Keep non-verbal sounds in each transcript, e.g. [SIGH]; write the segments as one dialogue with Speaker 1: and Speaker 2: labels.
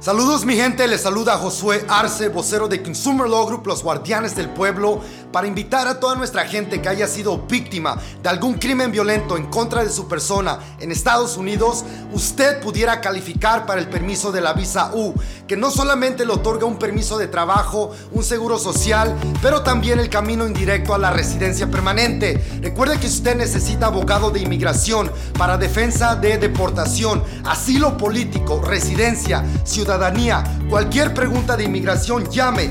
Speaker 1: Saludos mi gente, les saluda Josué Arce, vocero de Consumer Law Group, los guardianes del pueblo, para invitar a toda nuestra gente que haya sido víctima de algún crimen violento en contra de su persona en Estados Unidos, usted pudiera calificar para el permiso de la visa U, que no solamente le otorga un permiso de trabajo, un seguro social, pero también el camino indirecto a la residencia permanente. Recuerde que usted necesita abogado de inmigración para defensa de deportación, asilo político, residencia, ciudadanía Cualquier pregunta de inmigración, llame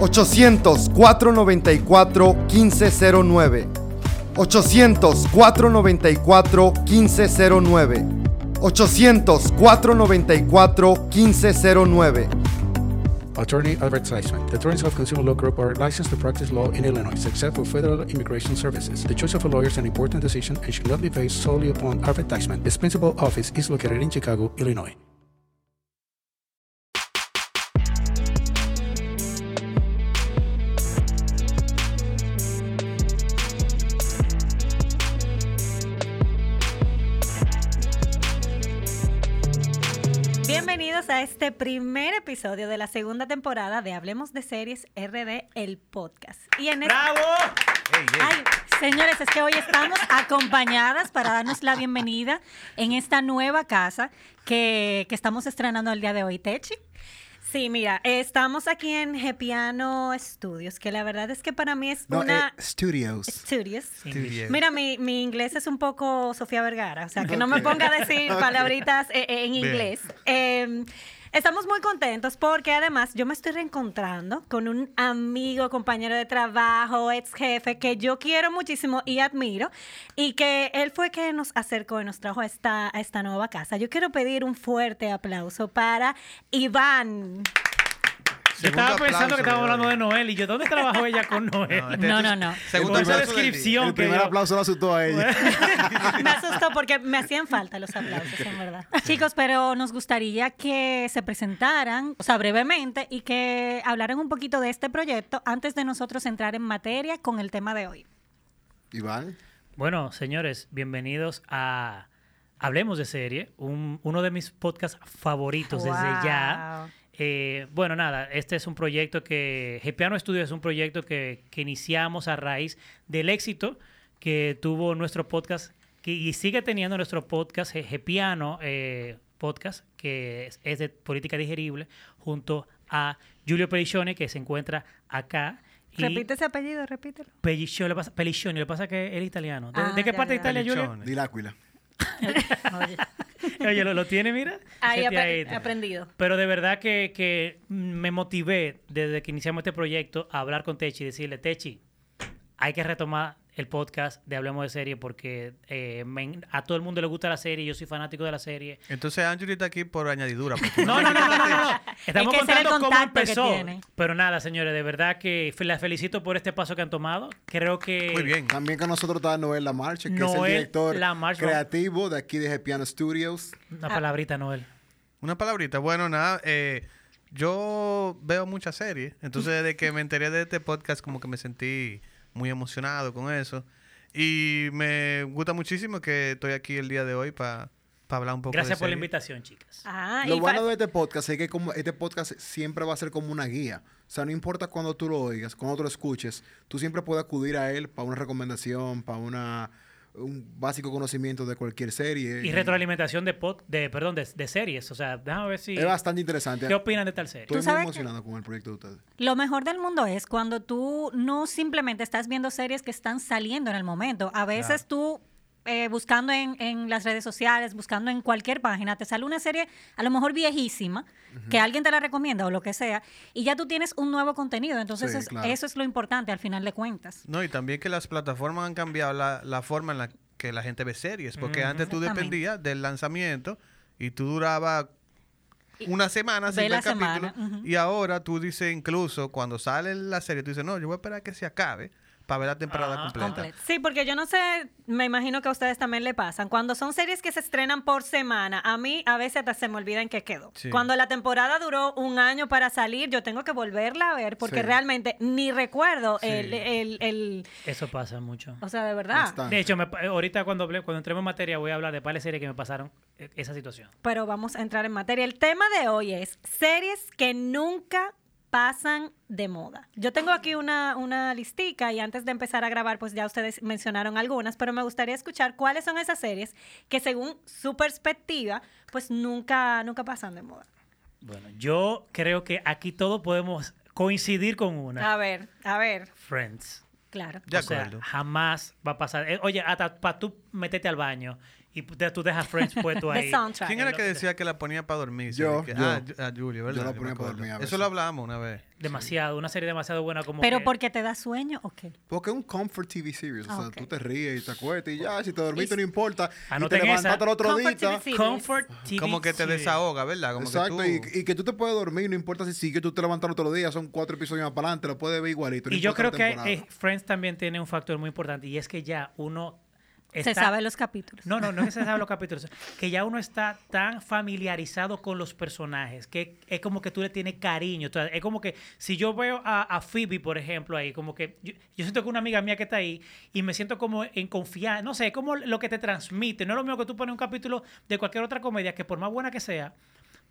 Speaker 1: 800-494-1509. 800-494-1509. 800-494-1509.
Speaker 2: Attorney advertisement. The attorneys of Consumer Law Group are licensed to practice law in Illinois, except for federal immigration services. The choice of a lawyer is an important decision and should not be based solely upon advertisement. Its principal office is located in Chicago, Illinois.
Speaker 3: Bienvenidos a este primer episodio de la segunda temporada de Hablemos de Series RD, el podcast. Y en este-
Speaker 4: ¡Bravo!
Speaker 3: Ay, señores, es que hoy estamos acompañadas para darnos la bienvenida en esta nueva casa que, que estamos estrenando el día de hoy, Techi. Sí, mira, eh, estamos aquí en Gepiano Studios, que la verdad es que para mí es
Speaker 5: No,
Speaker 3: una...
Speaker 5: eh, studios.
Speaker 3: Studios.
Speaker 5: Studios.
Speaker 3: Mira, mi, mi inglés es un poco Sofía Vergara, o sea, que no me ponga a decir palabritas eh, eh, en inglés. Eh, estamos muy contentos porque además yo me estoy reencontrando con un amigo, compañero de trabajo, ex jefe que yo quiero muchísimo y admiro y que él fue que nos acercó y nos trajo a esta, a esta nueva casa. Yo quiero pedir un fuerte aplauso para Iván.
Speaker 4: Yo estaba
Speaker 1: Segundo
Speaker 4: pensando que
Speaker 1: aplauso,
Speaker 4: estábamos hablando de
Speaker 1: Iván.
Speaker 4: Noel y yo, ¿dónde trabajó ella con Noel?
Speaker 3: No, no, no.
Speaker 5: Segundo
Speaker 4: Por esa
Speaker 5: aplauso
Speaker 1: del día.
Speaker 4: descripción
Speaker 5: El
Speaker 4: que
Speaker 5: primer
Speaker 4: yo-
Speaker 5: aplauso lo asustó a ella.
Speaker 3: [LAUGHS] Me asustó porque me hacían falta los aplausos, en verdad. Chicos, pero nos gustaría que se presentaran, o sea, brevemente, y que hablaran un poquito de este proyecto antes de nosotros entrar en materia con el tema de hoy.
Speaker 5: Iván.
Speaker 4: Bueno, señores, bienvenidos a Hablemos de Serie, un- uno de mis podcasts favoritos desde ya.
Speaker 3: Wow.
Speaker 4: Eh, bueno, nada, este es un proyecto que, Gepiano Studio es un proyecto que, que iniciamos a raíz del éxito que tuvo nuestro podcast que, y sigue teniendo nuestro podcast, Ge- Gepiano eh, Podcast, que es, es de política digerible, junto a Julio Pelicione, que se encuentra acá. y-
Speaker 3: Repite ese apellido, repítelo.
Speaker 4: Pelliccioni, lo pasa- Pelliccioni, lo que pasa es que era italiano. ¿De,
Speaker 3: Ah,
Speaker 4: de qué
Speaker 3: ya,
Speaker 4: parte
Speaker 3: ya,
Speaker 4: de Italia, Julio?
Speaker 5: Dil Áquila.
Speaker 3: Oye,
Speaker 4: [LAUGHS] Oye, lo, lo tiene, mira.
Speaker 3: ahí
Speaker 4: Gente
Speaker 3: apre-
Speaker 4: ahí está.
Speaker 3: aprendido.
Speaker 4: Pero de verdad que, que me motivé desde que iniciamos este proyecto a hablar con Techi y decirle, Techi, hay que retomar el podcast de Hablemos de Serie porque eh, me en- a todo el mundo le gusta la serie, yo soy fanático de la
Speaker 3: [LAUGHS]
Speaker 4: serie.
Speaker 6: Entonces Ángel está aquí por añadidura. porque-
Speaker 4: No, no, no, no, no, no. Estamos
Speaker 3: Es que ese era el
Speaker 4: contando cómo
Speaker 3: contacto que
Speaker 4: empezó.
Speaker 3: tiene.
Speaker 4: Pero nada, señores, de verdad que fe- las felicito por este paso que han tomado. Creo que...
Speaker 6: [LAUGHS] Muy bien.
Speaker 5: También con nosotros está Noel Lamarche, que es el
Speaker 4: Noel
Speaker 5: director
Speaker 4: Lamarche.
Speaker 5: creativo de aquí de Piano Studios.
Speaker 4: Una palabrita, Noel.
Speaker 6: Una palabrita. Bueno, nada, eh, yo veo muchas series. Entonces, desde que me enteré de este podcast, como que me sentí muy emocionado con eso. Y me gusta muchísimo que estoy aquí el día de hoy para hablar un poco
Speaker 4: Gracias
Speaker 6: de
Speaker 4: por la
Speaker 6: series.
Speaker 4: invitación, chicas.
Speaker 3: Ah,
Speaker 5: lo
Speaker 3: y
Speaker 5: bueno
Speaker 3: fa-
Speaker 5: de este podcast es que como este podcast siempre va a ser como una guía. O sea, no importa cuando tú lo oigas, cuando tú lo escuches, tú siempre puedes acudir a él para una recomendación, para una un básico conocimiento de cualquier serie.
Speaker 4: Y retroalimentación de pod, de perdón, de, de series. O sea, déjame ver si.
Speaker 5: Es bastante interesante.
Speaker 4: ¿Qué opinan de tal serie?
Speaker 5: Estoy muy
Speaker 3: sabes que-
Speaker 5: emocionado con el proyecto de ustedes.
Speaker 3: Lo mejor del mundo es cuando tú no simplemente estás viendo series que están saliendo en el momento. A veces tú eh, buscando en, en las redes sociales, buscando en cualquier página, te sale una serie a lo mejor viejísima, que alguien te la recomienda o lo que sea, y ya tú tienes un nuevo contenido. Entonces
Speaker 5: Sí,
Speaker 3: es-
Speaker 5: claro.
Speaker 3: eso es lo importante al final de cuentas.
Speaker 6: No, y también que las plataformas han cambiado la, la forma en la que la gente ve series. Porque antes tú
Speaker 3: Exactamente.
Speaker 6: dependías del lanzamiento y tú duraba una semana
Speaker 3: Ve
Speaker 6: sin
Speaker 3: la
Speaker 6: ver capítulo.
Speaker 3: semana, ujú.
Speaker 6: Y ahora tú dices, incluso cuando sale la serie, tú dices, no, yo voy a esperar a que se acabe para ver la temporada
Speaker 3: Ah,
Speaker 6: completa.
Speaker 3: Completo. Sí, porque yo no sé, me imagino que a ustedes también le pasan. Cuando son series que se estrenan por semana, a mí a veces hasta se me olvida en qué quedó.
Speaker 6: Sí.
Speaker 3: Cuando la temporada duró un año para salir, yo tengo que volverla a ver porque
Speaker 5: Sí.
Speaker 3: realmente ni recuerdo
Speaker 5: Sí.
Speaker 3: el, el- el-
Speaker 4: Eso pasa mucho.
Speaker 3: O sea, de verdad.
Speaker 5: Bastante.
Speaker 4: De hecho, me pa- ahorita cuando, hablé- cuando entremos en materia voy a hablar de varias series que me pasaron eh, esa situación.
Speaker 3: Pero vamos a entrar en materia. El tema de hoy es series que nunca pasan de moda. Yo tengo aquí una, una listica y antes de empezar a grabar, pues ya ustedes mencionaron algunas, pero me gustaría escuchar cuáles son esas series que según su perspectiva, pues nunca, nunca pasan de moda.
Speaker 4: Bueno, yo creo que aquí todos podemos coincidir con una.
Speaker 3: A ver, a ver,
Speaker 4: Friends.
Speaker 3: claro.
Speaker 6: De
Speaker 4: o sea,
Speaker 6: acuerdo.
Speaker 4: jamás va a pasar. Eh, oye, hasta para tú meterte al baño y te- tú dejas Friends puesto
Speaker 3: [LAUGHS] The
Speaker 4: ahí.
Speaker 3: soundtrack.
Speaker 6: ¿Quién era que decía que la ponía para dormir?
Speaker 5: Yo,
Speaker 6: Que-
Speaker 5: yo.
Speaker 6: Ah, Ju- ah, Julio, ¿verdad?
Speaker 5: Yo la
Speaker 6: me
Speaker 5: ponía pa'
Speaker 6: acuerdo.
Speaker 5: dormir a
Speaker 6: Eso
Speaker 5: veces.
Speaker 6: lo hablábamos una vez.
Speaker 4: Demasiado, una serie demasiado buena como
Speaker 3: ¿Pero
Speaker 4: que-
Speaker 3: porque te da sueño o qué?
Speaker 5: Porque es un comfort TV series.
Speaker 3: Ah,
Speaker 5: o sea,
Speaker 3: ok.
Speaker 5: tú te ríes y te acuestas y ya, si te
Speaker 3: Y-
Speaker 5: dormiste no importa. Y te
Speaker 4: Anoten esa.
Speaker 5: levantaste al otro
Speaker 3: Comfort TV
Speaker 5: día.
Speaker 3: series.
Speaker 4: Comfort TV
Speaker 6: Como que te
Speaker 4: series.
Speaker 6: desahoga, ¿verdad? Como
Speaker 5: Exacto,
Speaker 6: que
Speaker 5: y,
Speaker 6: tú...
Speaker 5: y que tú te puedes dormir, no importa si sigue, tú te levantas al otro día, son cuatro episodios más para adelante, lo puedes ver igualito. no
Speaker 4: Y yo
Speaker 5: importa
Speaker 4: creo
Speaker 5: la
Speaker 4: que eh,
Speaker 5: temporada.
Speaker 4: Friends también tiene un factor muy importante y es que ya uno
Speaker 3: Se sabe los capítulos.
Speaker 4: No, no, no es que se sabe los capítulos. Que ya uno está tan familiarizado con los personajes que es como que tú le tienes cariño. O sea, es como que si yo veo a, a Phoebe, por ejemplo, ahí, como que yo, yo siento que una amiga mía que está ahí y me siento como en confianza. No sé, es como lo que te transmite. No es lo mismo que tú pones un capítulo de cualquier otra comedia que por más buena que sea,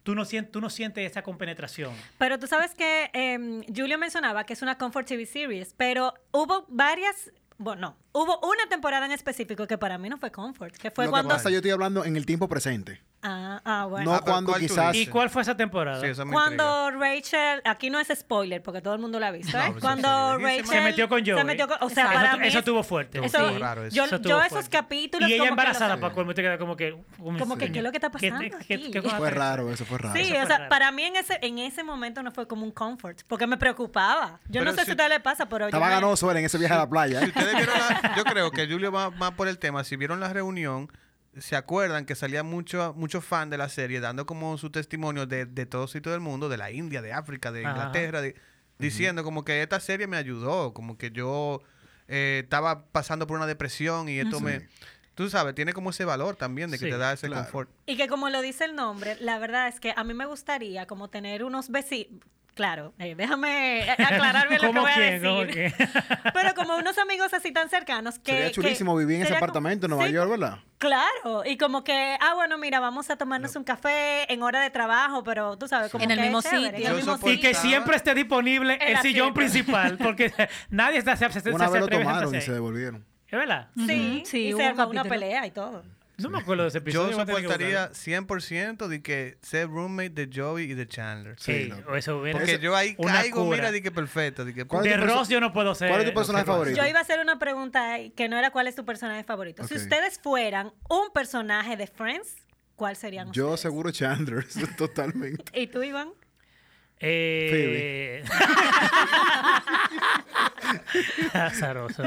Speaker 4: tú no, sien- tú no sientes esa compenetración.
Speaker 3: Pero tú sabes que em, Julio mencionaba que es una Comfort TV Series, pero hubo varias, bueno, no, hubo una temporada en específico que para mí no fue Comfort, que fue
Speaker 5: Lo
Speaker 3: cuando...
Speaker 5: que pasa, yo estoy hablando en el tiempo presente.
Speaker 3: Ah, ah, bueno.
Speaker 5: no
Speaker 6: Ah, pero
Speaker 5: cuando
Speaker 6: ¿cuál tú
Speaker 5: quizás...
Speaker 4: ¿Y
Speaker 6: dices?
Speaker 4: cuál fue esa temporada?
Speaker 6: Sí, eso me intriga.
Speaker 3: Cuando Rachel, aquí no es spoiler porque todo el mundo la ha visto, ¿eh?
Speaker 6: No, eso
Speaker 3: Cuando
Speaker 6: sí.
Speaker 3: Rachel
Speaker 4: Se metió con Joey.
Speaker 3: se metió con- o sea,
Speaker 4: Eso
Speaker 3: para
Speaker 4: tu-
Speaker 3: mí
Speaker 4: eso
Speaker 3: es-
Speaker 4: tuvo fuerte.
Speaker 3: eso-
Speaker 6: Estuvo raro eso.
Speaker 3: yo,
Speaker 4: Eso
Speaker 3: yo
Speaker 4: estuvo
Speaker 3: esos
Speaker 4: fuerte.
Speaker 3: capítulo capítulos
Speaker 4: Y ella
Speaker 3: como que los-
Speaker 4: embarazada, pues. para colmo, y te queda como que...
Speaker 3: Como que,
Speaker 4: coño,
Speaker 3: ¿qué es lo que está
Speaker 4: ¿qué-
Speaker 3: pasando
Speaker 4: qué-
Speaker 3: aquí?
Speaker 4: qué cosa
Speaker 5: Fue
Speaker 4: te-
Speaker 5: raro, eh. eso fue raro.
Speaker 3: Sí,
Speaker 4: Eso fue
Speaker 3: o sea,
Speaker 4: raro.
Speaker 3: para mí en ese, en ese momento no fue como un comfort, porque me preocupaba. Yo
Speaker 6: Pero
Speaker 3: no sé si
Speaker 6: si-
Speaker 3: a usted le pasa, pero yo
Speaker 5: Estaba
Speaker 3: me-
Speaker 5: ganoso era en ese viaje a la playa.
Speaker 6: Si
Speaker 5: ¿eh?
Speaker 6: ustedes vieron la- yo creo que Julio va más por el tema. Si vieron la reunión, se acuerdan que salía mucho, mucho fan de la serie dando como su testimonio de, de todo sitio del mundo, de la India, de África, de
Speaker 4: Ajá.
Speaker 6: Inglaterra, de- diciendo como que esta serie me ayudó, como que yo eh, estaba pasando por una depresión y esto me... Tú sabes, tiene como ese valor también de que
Speaker 4: Sí,
Speaker 6: te da ese
Speaker 5: claro.
Speaker 6: confort.
Speaker 3: Y que como lo dice el nombre, la verdad es que a mí me gustaría como tener unos vecinos. Claro, eh,
Speaker 4: [LAUGHS]
Speaker 3: déjame a- aclarar bien lo que
Speaker 4: ¿Cómo
Speaker 3: voy a
Speaker 4: quién? ¿Cómo
Speaker 3: decir.
Speaker 4: quién?
Speaker 3: [LAUGHS] Pero como unos amigos así tan cercanos que...
Speaker 5: Sería
Speaker 3: que-
Speaker 5: chulísimo vivir en ese
Speaker 3: sería como-
Speaker 5: apartamento en Nueva
Speaker 3: sí,
Speaker 5: York, ¿verdad?
Speaker 3: Claro, y como que, ah, bueno, mira, vamos a tomarnos un café en hora de trabajo, pero tú sabes, como
Speaker 7: En el
Speaker 3: que es
Speaker 7: mismo
Speaker 3: chévere, en
Speaker 7: sitio.
Speaker 3: el
Speaker 6: Yo
Speaker 3: mismo
Speaker 6: soporto-
Speaker 4: Y que
Speaker 3: sitio.
Speaker 6: Estaba-
Speaker 4: siempre esté disponible el,
Speaker 3: El
Speaker 4: sillón
Speaker 3: asiento.
Speaker 4: principal, porque [LAUGHS] nadie está, se, se, se
Speaker 5: Una vez lo
Speaker 4: atreve a
Speaker 5: tomaron y
Speaker 4: sentarse
Speaker 5: se
Speaker 4: ahí.
Speaker 5: devolvieron.
Speaker 4: ¿Es verdad?
Speaker 3: Sí,
Speaker 7: Ujú. Sí,
Speaker 3: y
Speaker 7: hubo
Speaker 3: se
Speaker 7: un
Speaker 3: armó una
Speaker 7: capítulo.
Speaker 3: pelea y todo.
Speaker 4: No me acuerdo de ese episodio.
Speaker 6: Yo
Speaker 4: voy a tener que
Speaker 6: soportaría
Speaker 4: buscarlo.
Speaker 6: 100% de que ser roommate de Joey y de Chandler.
Speaker 4: Sí,
Speaker 5: Sí, loco.
Speaker 4: o eso hubiera-
Speaker 6: Porque yo ahí
Speaker 4: una
Speaker 6: caigo,
Speaker 4: cura.
Speaker 6: mira, de que perfecto. De que,
Speaker 5: ¿Cuál
Speaker 4: de
Speaker 5: es tu perso-
Speaker 4: Ross yo no puedo ser.
Speaker 5: cuál es tu
Speaker 4: lo
Speaker 5: personaje
Speaker 4: que Ross.
Speaker 5: favorito?
Speaker 3: Yo iba a hacer una pregunta ahí, que no era cuál es tu personaje favorito.
Speaker 5: Ok.
Speaker 3: Si ustedes fueran un personaje de Friends, ¿cuál serían
Speaker 5: Yo
Speaker 3: ustedes?
Speaker 5: seguro Chandler, [LAUGHS] eso es totalmente.
Speaker 3: ¿Y tú, Iván?
Speaker 4: Eh... [LAUGHS] Azaroso.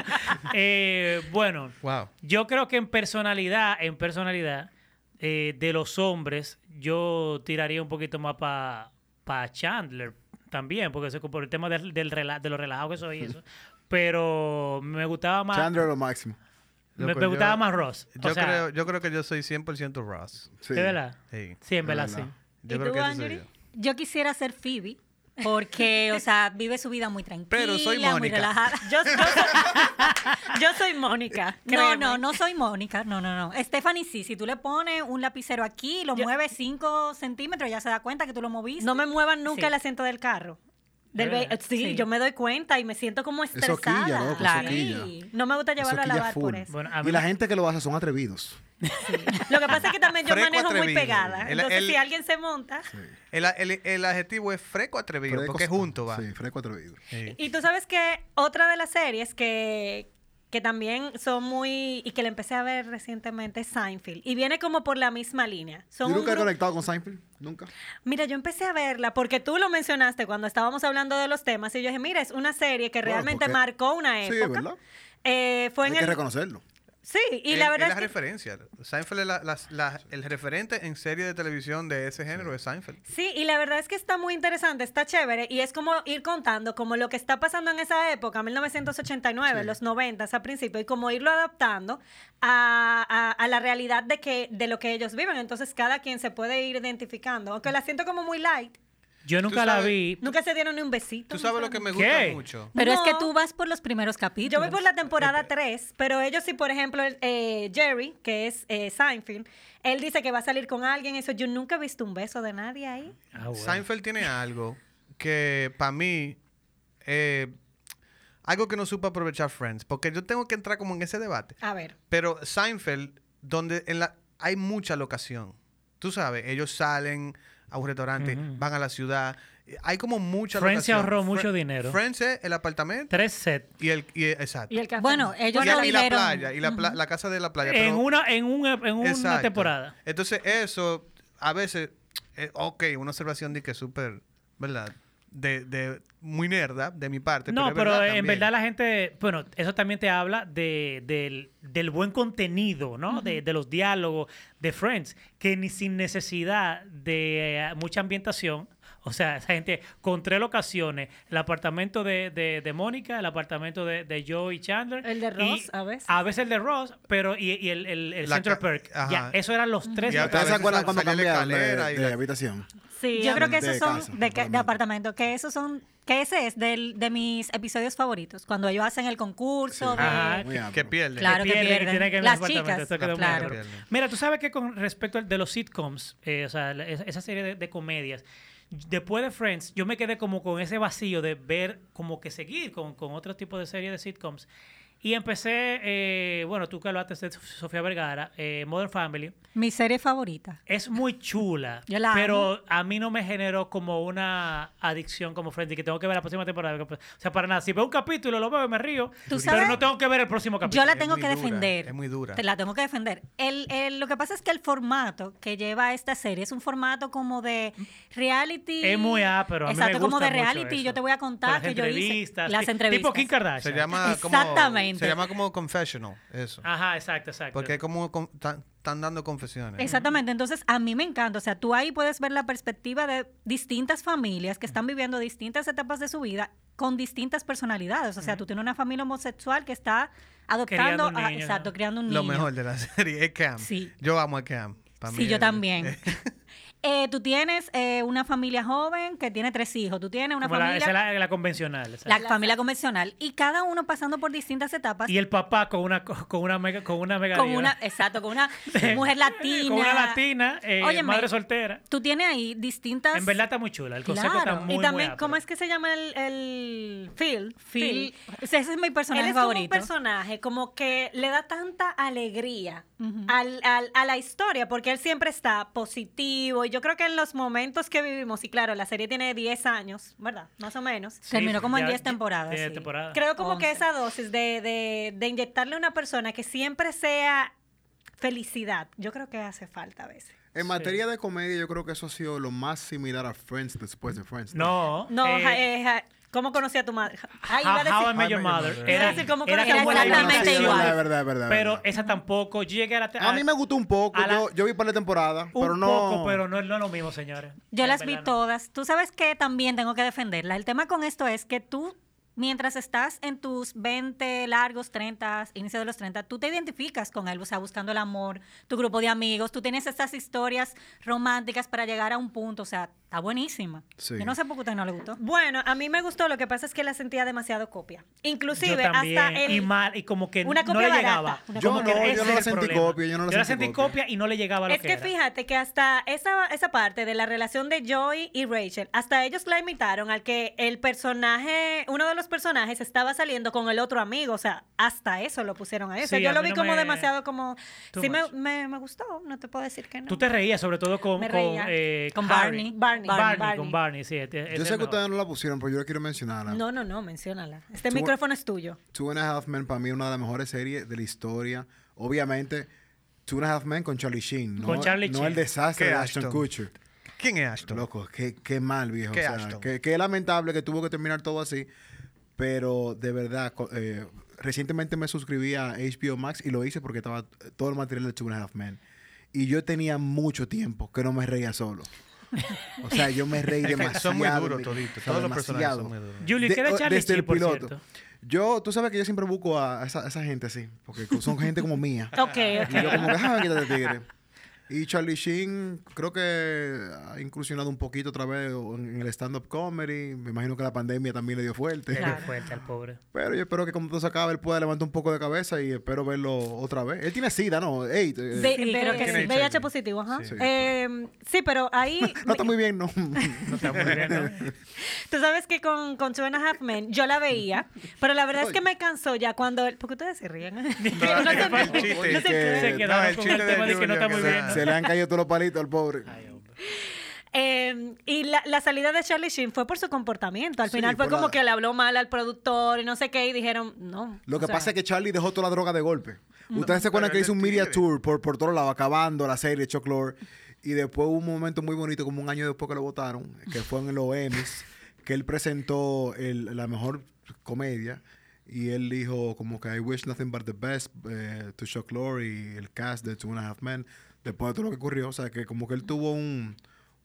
Speaker 4: Eh, bueno,
Speaker 6: Wow.
Speaker 4: yo creo que en personalidad, en personalidad eh, de los hombres, yo tiraría un poquito más para Chandler también, porque eso, por el tema del, del rela- de lo relajado que soy y eso. Pero me gustaba más.
Speaker 5: Chandler lo máximo.
Speaker 4: me,
Speaker 6: Loco,
Speaker 4: me
Speaker 6: yo-
Speaker 4: gustaba más Ross. O
Speaker 6: Yo,
Speaker 4: sea,
Speaker 6: creo, yo creo que yo soy 100% Ross.
Speaker 5: Sí.
Speaker 4: ¿De verdad?
Speaker 6: Sí.
Speaker 4: Sí, en
Speaker 5: Es
Speaker 4: verdad, sí.
Speaker 5: verdad.
Speaker 6: Yo
Speaker 3: ¿Y tú,
Speaker 6: creo que eso soy
Speaker 3: Angeline?
Speaker 6: yo.
Speaker 7: Yo quisiera ser Phoebe porque, o sea, [LAUGHS] vive su vida muy tranquila,
Speaker 6: Pero soy
Speaker 7: muy
Speaker 6: Mónica.
Speaker 7: relajada.
Speaker 3: Yo, yo soy, [LAUGHS] yo soy Mónica.
Speaker 7: No,
Speaker 3: créeme.
Speaker 7: no, no soy Mónica, no, no, no. Stephanie sí, si tú le pones un lapicero aquí, lo
Speaker 3: Yo-
Speaker 7: mueves 5 centímetros, ya se da cuenta que tú lo moviste.
Speaker 3: No me muevan nunca
Speaker 7: Sí.
Speaker 3: el asiento del carro. Del
Speaker 4: ¿De
Speaker 6: Eh,
Speaker 3: ve-
Speaker 4: verdad?
Speaker 3: sí,
Speaker 7: Sí.
Speaker 3: yo me doy cuenta y me siento como
Speaker 5: Eso quilla,
Speaker 3: estresada.
Speaker 5: loco, eso
Speaker 7: Claro.
Speaker 5: quilla.
Speaker 3: No me gusta llevarlo a
Speaker 5: quilla
Speaker 3: lavar por
Speaker 5: full.
Speaker 3: eso.
Speaker 4: Bueno, a mí
Speaker 5: Y la gente que lo hace son atrevidos.
Speaker 3: Lo que pasa es que también yo
Speaker 6: Freco
Speaker 3: manejo muy
Speaker 6: atrevido.
Speaker 3: pegada.
Speaker 6: El-
Speaker 3: Entonces,
Speaker 6: el-
Speaker 3: si alguien se monta.
Speaker 6: El, el, el adjetivo es freco atrevido,
Speaker 5: Freco-
Speaker 6: porque es junto, va.
Speaker 5: Sí, freco atrevido.
Speaker 6: Sí.
Speaker 3: Y tú sabes que otra de las series que, que también son muy. y que la empecé a ver recientemente es Seinfeld. Y viene como por la misma línea. Son
Speaker 5: ¿Y
Speaker 3: un
Speaker 5: nunca he
Speaker 3: grupo-
Speaker 5: conectado con Seinfeld? Nunca.
Speaker 3: Mira, yo empecé a verla porque tú lo mencionaste cuando estábamos hablando de los temas. Y yo dije, mira, es una serie que
Speaker 5: Claro,
Speaker 3: realmente
Speaker 5: porque-
Speaker 3: marcó una
Speaker 5: Sí,
Speaker 3: época.
Speaker 5: ¿verdad?
Speaker 3: Eh, Ah, fue
Speaker 5: Hay
Speaker 3: en
Speaker 5: que
Speaker 3: el.
Speaker 5: reconocerlo.
Speaker 3: Sí, y
Speaker 6: Él-
Speaker 3: la verdad
Speaker 6: él
Speaker 3: es que...
Speaker 6: referencia. Seinfeld es la- la- la- el referente en serie de televisión de ese género es Seinfeld.
Speaker 3: Sí, y la verdad es que está muy interesante, está chévere, y es como ir contando como lo que está pasando en esa época, 1989, los 90 a principio, y como irlo adaptando a, a- a la realidad de, que, de lo que ellos viven. Entonces cada quien se puede ir identificando, aunque la siento como muy light.
Speaker 4: Yo nunca la
Speaker 6: sabes-
Speaker 4: vi.
Speaker 3: Nunca se dieron ni un besito.
Speaker 6: Tú
Speaker 3: ni
Speaker 6: sabes
Speaker 3: nada.
Speaker 6: lo que me gusta
Speaker 4: ¿Qué?
Speaker 6: mucho.
Speaker 7: Pero es que
Speaker 3: No.
Speaker 7: tú vas por los primeros capítulos.
Speaker 3: Yo voy por la temporada 3, pero ellos sí, por ejemplo, el, eh, Jerry, que es eh, Seinfeld, él dice que va a salir con alguien, eso yo nunca he visto un beso de nadie ahí.
Speaker 4: Ah, bueno.
Speaker 6: Seinfeld tiene algo que para mí eh, algo que no supo aprovechar Friends, porque yo tengo que entrar como en ese debate.
Speaker 3: A ver.
Speaker 6: Pero Seinfeld, donde en la, hay mucha locación. Tú sabes, ellos salen a un restaurante, van a la ciudad. Eh, Hay como mucha
Speaker 4: Friends se
Speaker 6: locación.
Speaker 4: ahorró
Speaker 6: Fre-
Speaker 4: mucho dinero.
Speaker 6: Friends es el apartamento
Speaker 4: Tres sets.
Speaker 6: y el... y- exacto.
Speaker 3: Y el café.
Speaker 7: Bueno, ellos
Speaker 6: Y la-
Speaker 7: no
Speaker 6: y la
Speaker 7: vivieron.
Speaker 6: playa, y la, pla- la casa de la playa.
Speaker 4: En
Speaker 6: pero-
Speaker 4: una, en una, en una
Speaker 6: Exacto.
Speaker 4: temporada.
Speaker 6: Entonces, eso, a veces, eh, ok, una observación de que es súper, ¿verdad? De, de- muy nerda de mi parte.
Speaker 4: No,
Speaker 6: es
Speaker 4: pero en
Speaker 6: también.
Speaker 4: verdad la gente, bueno, eso también te habla de, del, del buen contenido, ¿no? de, de los diálogos de Friends, que ni sin necesidad de eh, mucha ambientación, o sea, esa gente con tres locaciones, el apartamento de, de, de Mónica, el apartamento de, de Joey Chandler.
Speaker 3: El de
Speaker 4: y
Speaker 3: Ross, a veces.
Speaker 4: A veces el de Ross, pero y, y el, el, el
Speaker 6: La
Speaker 4: Central
Speaker 6: ca-
Speaker 4: Perk.
Speaker 6: ajá.
Speaker 4: Ya, eso eran los tres.
Speaker 6: Y a-
Speaker 5: ¿Ustedes
Speaker 4: locales.
Speaker 5: se
Speaker 6: veces
Speaker 5: acuerdan
Speaker 6: sal-
Speaker 5: cuando
Speaker 6: salía la
Speaker 5: cambiaron
Speaker 6: escalera
Speaker 5: de,
Speaker 6: y
Speaker 5: de
Speaker 6: la-
Speaker 5: habitación?
Speaker 7: Sí,
Speaker 5: Ah,
Speaker 7: yo creo que
Speaker 5: de
Speaker 7: esos son
Speaker 5: casa,
Speaker 7: de, ca- de
Speaker 5: apartamento.
Speaker 7: apartamento, que esos son, que ese es del, de mis episodios favoritos, cuando ellos hacen el concurso
Speaker 5: Sí.
Speaker 7: de
Speaker 4: Ajá,
Speaker 5: Muy amplio.
Speaker 6: Que pierde.
Speaker 7: Claro que
Speaker 4: y
Speaker 7: pierden.
Speaker 4: tiene que ver
Speaker 7: Las
Speaker 4: los apartamentos,
Speaker 7: chicas,
Speaker 4: esto queda muy
Speaker 7: claro.
Speaker 4: claro.
Speaker 6: Pierden.
Speaker 4: Mira, tú sabes que con respecto al de los sitcoms, eh, o sea, la- esa esa serie de, de comedias, después de Friends, yo me quedé como con ese vacío de ver como que seguir con, con otro tipo de serie de sitcoms. Y empecé, eh, bueno, tú que hablaste de Sofía Vergara, eh, Modern Family.
Speaker 7: mi serie favorita.
Speaker 4: Es muy chula,
Speaker 7: Yo la
Speaker 4: pero a mí no me generó como una adicción como Friends y que tengo que ver la próxima temporada. O sea, para nada. Si veo un capítulo, lo veo y me río,
Speaker 7: ¿Tú
Speaker 4: pero
Speaker 7: sabes?
Speaker 4: no tengo que ver el próximo capítulo.
Speaker 7: Yo la
Speaker 6: Es
Speaker 7: tengo
Speaker 6: muy
Speaker 7: que
Speaker 6: dura,
Speaker 7: defender.
Speaker 6: es muy dura.
Speaker 7: Te la tengo que defender. El, el- lo que pasa es que el formato que lleva esta serie es un formato como de reality.
Speaker 4: Es muy ah, pero a mí me
Speaker 7: Exacto, como
Speaker 4: gusta
Speaker 7: de
Speaker 4: mucho
Speaker 7: reality.
Speaker 4: eso.
Speaker 7: Yo te voy a contar
Speaker 4: Las
Speaker 7: que yo hice
Speaker 4: entrevistas,
Speaker 7: las
Speaker 4: ti-
Speaker 7: entrevistas.
Speaker 4: Tipo Kim Kardashian.
Speaker 6: Se llama como,
Speaker 7: Exactamente.
Speaker 6: Se llama como confessional, eso.
Speaker 4: Ajá, exacto, exacto.
Speaker 6: Porque es como con- tan- están dando confesiones.
Speaker 7: Exactamente, entonces a mí me encanta, o sea, tú ahí puedes ver la perspectiva de distintas familias que están viviendo distintas etapas de su vida con distintas personalidades, o sea, tú tienes una familia homosexual que está adoptando,
Speaker 4: Criando un
Speaker 7: a-
Speaker 4: niño,
Speaker 7: exacto,
Speaker 4: ¿no?
Speaker 7: criando un niño.
Speaker 6: Lo mejor de la [LAUGHS] serie es Cam.
Speaker 7: Sí.
Speaker 6: Yo amo a Cam. Pa' mí
Speaker 7: Sí, yo
Speaker 4: [LAUGHS]
Speaker 6: es-
Speaker 7: también. [LAUGHS] Eh, tú tienes eh, una familia joven que tiene tres hijos, tú tienes una
Speaker 4: Como la,
Speaker 7: familia,
Speaker 4: esa es
Speaker 7: la,
Speaker 4: la, la convencional. exacto.
Speaker 7: familia convencional, y cada uno pasando por distintas etapas.
Speaker 4: Y el papá con una, co- con una mega, con una mega
Speaker 7: con
Speaker 4: diva.
Speaker 7: una, exacto, con una mujer
Speaker 4: [LAUGHS]
Speaker 7: latina.
Speaker 4: con una latina, eh,
Speaker 7: Óyeme,
Speaker 4: madre soltera.
Speaker 7: Tú tienes ahí distintas...
Speaker 4: En verdad está muy chula. El concepto
Speaker 7: Claro,
Speaker 4: está muy
Speaker 3: y
Speaker 4: muy
Speaker 3: también,
Speaker 4: apto.
Speaker 3: ¿cómo es que se llama el, el Phil?
Speaker 7: Phil. Ese es mi personaje
Speaker 3: Él es como un
Speaker 7: favorito.
Speaker 3: personaje como que le da tanta alegría
Speaker 7: Ujú.
Speaker 3: al- al- a la historia, porque él siempre está positivo. Y yo creo que en los momentos que vivimos, y claro, la serie tiene 10 años, ¿verdad? Más o menos.
Speaker 4: Sí,
Speaker 7: Terminó como en
Speaker 4: ya-
Speaker 7: 10 temporadas.
Speaker 4: diez
Speaker 7: sí.
Speaker 4: temporadas.
Speaker 3: Creo como que
Speaker 7: Once.
Speaker 3: esa dosis de, de- de inyectarle a una persona que siempre sea felicidad, yo creo que hace falta a veces.
Speaker 5: En materia de comedia, yo creo que eso ha sido lo más similar a Friends después de Friends.
Speaker 4: No.
Speaker 3: No,
Speaker 4: eh,
Speaker 3: ja- eh, ja- ¿cómo conocí a tu madre? Ay, iba a
Speaker 4: How,
Speaker 3: decir-
Speaker 4: How I Met Your Mother.
Speaker 5: Mother.
Speaker 4: Era,
Speaker 3: Iba a decir, ¿cómo
Speaker 4: era
Speaker 3: conocí a tu
Speaker 4: como una
Speaker 3: madre?
Speaker 7: Exactamente
Speaker 4: imitación,
Speaker 7: igual.
Speaker 5: La verdad, verdad,
Speaker 4: Pero
Speaker 5: verdad.
Speaker 4: esa tampoco. Yo llegué a la. te-
Speaker 5: A mí me gustó un poco.
Speaker 4: a la-
Speaker 5: yo, yo vi para la temporada,
Speaker 4: Un
Speaker 5: pero no.
Speaker 4: poco, pero no, no es lo mismo, señores.
Speaker 7: Yo
Speaker 4: En
Speaker 7: las vi
Speaker 4: verdad no.
Speaker 7: todas. Tú sabes que también tengo que defenderla. El tema con esto es que tú, mientras estás en tus 20 largos, 30, inicio de los 30, tú te identificas con él, o sea, buscando el amor, tu grupo de amigos, tú tienes estas historias románticas para llegar a un punto, o sea, está buenísima.
Speaker 5: Sí.
Speaker 7: Yo no sé por qué a usted no le gustó.
Speaker 3: Bueno, a mí me gustó, lo que pasa es que la sentía demasiado copia.
Speaker 4: Yo
Speaker 3: Inclusive
Speaker 4: también,
Speaker 3: hasta el...
Speaker 4: y mal y como que
Speaker 3: Una
Speaker 4: no
Speaker 3: copia
Speaker 4: le
Speaker 3: barata,
Speaker 4: llegaba
Speaker 7: una
Speaker 5: Yo
Speaker 4: Como
Speaker 5: no,
Speaker 4: que ese
Speaker 5: yo no
Speaker 4: era
Speaker 5: la
Speaker 4: el
Speaker 5: sentí
Speaker 4: problema.
Speaker 5: copia, yo no la sentí copia.
Speaker 4: y no le llegaba lo
Speaker 3: Es
Speaker 4: que,
Speaker 3: que
Speaker 4: era.
Speaker 3: fíjate que hasta esa, esa parte de la relación de Joy y Rachel, hasta ellos la imitaron al que el personaje, uno de los personajes estaba saliendo con el otro amigo, o sea, hasta eso lo pusieron a eso.
Speaker 4: Sí,
Speaker 3: Yo
Speaker 4: a
Speaker 3: lo
Speaker 4: mí
Speaker 3: vi
Speaker 4: no
Speaker 3: como
Speaker 4: me-
Speaker 3: demasiado como...
Speaker 4: Too
Speaker 3: Sí, me,
Speaker 4: much.
Speaker 3: me- me gustó, no te puedo decir que no.
Speaker 4: Tú te reías sobre todo con
Speaker 3: Me
Speaker 4: con,
Speaker 3: reía.
Speaker 4: eh,
Speaker 7: Con
Speaker 4: Harry.
Speaker 7: Barney.
Speaker 3: Barney,
Speaker 4: Barney,
Speaker 3: Barney.
Speaker 4: con Barney, sí. este- ese
Speaker 5: yo
Speaker 4: es
Speaker 5: sé
Speaker 4: el
Speaker 5: que
Speaker 4: mejor.
Speaker 5: ustedes no la pusieron, pero yo la quiero mencionarla.
Speaker 3: No, no, no, menciónala. Este
Speaker 5: Tú-
Speaker 3: micrófono es tuyo.
Speaker 5: Two and a Half Men para mí es una de las mejores series de la historia. Obviamente, Two and a Half Men con Charlie Sheen. No,
Speaker 4: Con Charlie
Speaker 5: no
Speaker 4: Sheen.
Speaker 5: el desastre
Speaker 6: Qué
Speaker 5: de Ashton
Speaker 6: Ashton.
Speaker 5: Kutcher.
Speaker 6: ¿Quién es Ashton?
Speaker 5: Loco, qué, qué mal, viejo.
Speaker 6: Qué
Speaker 5: o sea,
Speaker 6: Ashton.
Speaker 5: qué, qué lamentable que tuvo que terminar todo así. Pero de verdad, co- eh, recientemente me suscribí a HBO Max y lo hice porque estaba t- todo el material de Two and a Half Men. Y yo tenía mucho tiempo que no me reía solo. O sea, yo me
Speaker 6: [LAUGHS]
Speaker 5: reí
Speaker 6: Es que [LAUGHS]
Speaker 5: demasiado.
Speaker 6: son muy duros
Speaker 5: mi-
Speaker 6: toditos,
Speaker 5: o sea,
Speaker 6: todos los personajes son
Speaker 5: demasiado.
Speaker 6: muy duros.
Speaker 4: Julie, ¿qué de
Speaker 5: o-
Speaker 4: Charlie
Speaker 5: oh, desde
Speaker 4: Sheen,
Speaker 5: el
Speaker 4: por
Speaker 5: piloto. [LAUGHS]
Speaker 4: cierto?
Speaker 5: Yo, tú sabes que yo siempre busco a esa, a esa gente así, porque co- son gente como mía.
Speaker 7: Ok,
Speaker 5: Y yo como que, ah, quítate tigre. Y Charlie Sheen creo que ha incursionado un poquito otra vez en en el stand-up comedy. Me imagino que la pandemia también le dio fuerte.
Speaker 4: Le dio fuerte al pobre.
Speaker 5: Pero yo espero que cuando todo se acabe, él pueda levantar un poco de cabeza y espero verlo otra vez. Él tiene sida, ¿no? Ey, eh,
Speaker 7: Ve-
Speaker 3: Sí,
Speaker 7: creo
Speaker 3: creo
Speaker 7: que
Speaker 3: que
Speaker 7: sí.
Speaker 6: sí.
Speaker 7: VIH positivo, ajá.
Speaker 6: Sí.
Speaker 7: Eh, sí, pero ahí... [LAUGHS]
Speaker 5: no está muy bien, ¿no?
Speaker 4: No está muy bien,
Speaker 5: [LAUGHS]
Speaker 4: ¿no?
Speaker 7: Tú sabes que con, con Two and a Half Men yo la veía, pero la verdad es que me cansó ya cuando... ¿Por qué ustedes se ríen? [LAUGHS] No, se-
Speaker 6: fue el chiste.
Speaker 7: no se-
Speaker 4: Se
Speaker 5: no,
Speaker 4: quedaron
Speaker 6: el
Speaker 4: con
Speaker 6: chiste
Speaker 4: el
Speaker 6: de
Speaker 4: tema de que no
Speaker 6: Julio,
Speaker 4: está muy
Speaker 6: que
Speaker 4: bien.
Speaker 6: se-
Speaker 4: ¿no?
Speaker 5: se le han caído todos los palitos al pobre.
Speaker 7: Eh, y la, la salida de Charlie Sheen fue por su comportamiento. Al
Speaker 5: Sí,
Speaker 7: final fue
Speaker 5: por la-
Speaker 7: como que le habló mal al productor y no sé qué, y dijeron, no.
Speaker 5: Lo
Speaker 7: o
Speaker 5: que
Speaker 7: sea,
Speaker 5: pasa es que Charlie dejó toda la droga de golpe. Ustedes se acuerdan
Speaker 6: Pero
Speaker 5: que
Speaker 6: él
Speaker 5: hizo un
Speaker 6: es
Speaker 5: media
Speaker 6: tigre.
Speaker 5: tour por, por todos lados, acabando la serie Choclor. Y después hubo un momento muy bonito, como un año después que lo votaron, que fue en los Emmys, que él presentó el- la mejor comedia. Y él dijo como que I wish nothing but the best eh, to Chuck y el cast de Two and a Half Men. Después de todo lo que ocurrió, o sea, que como que él tuvo un,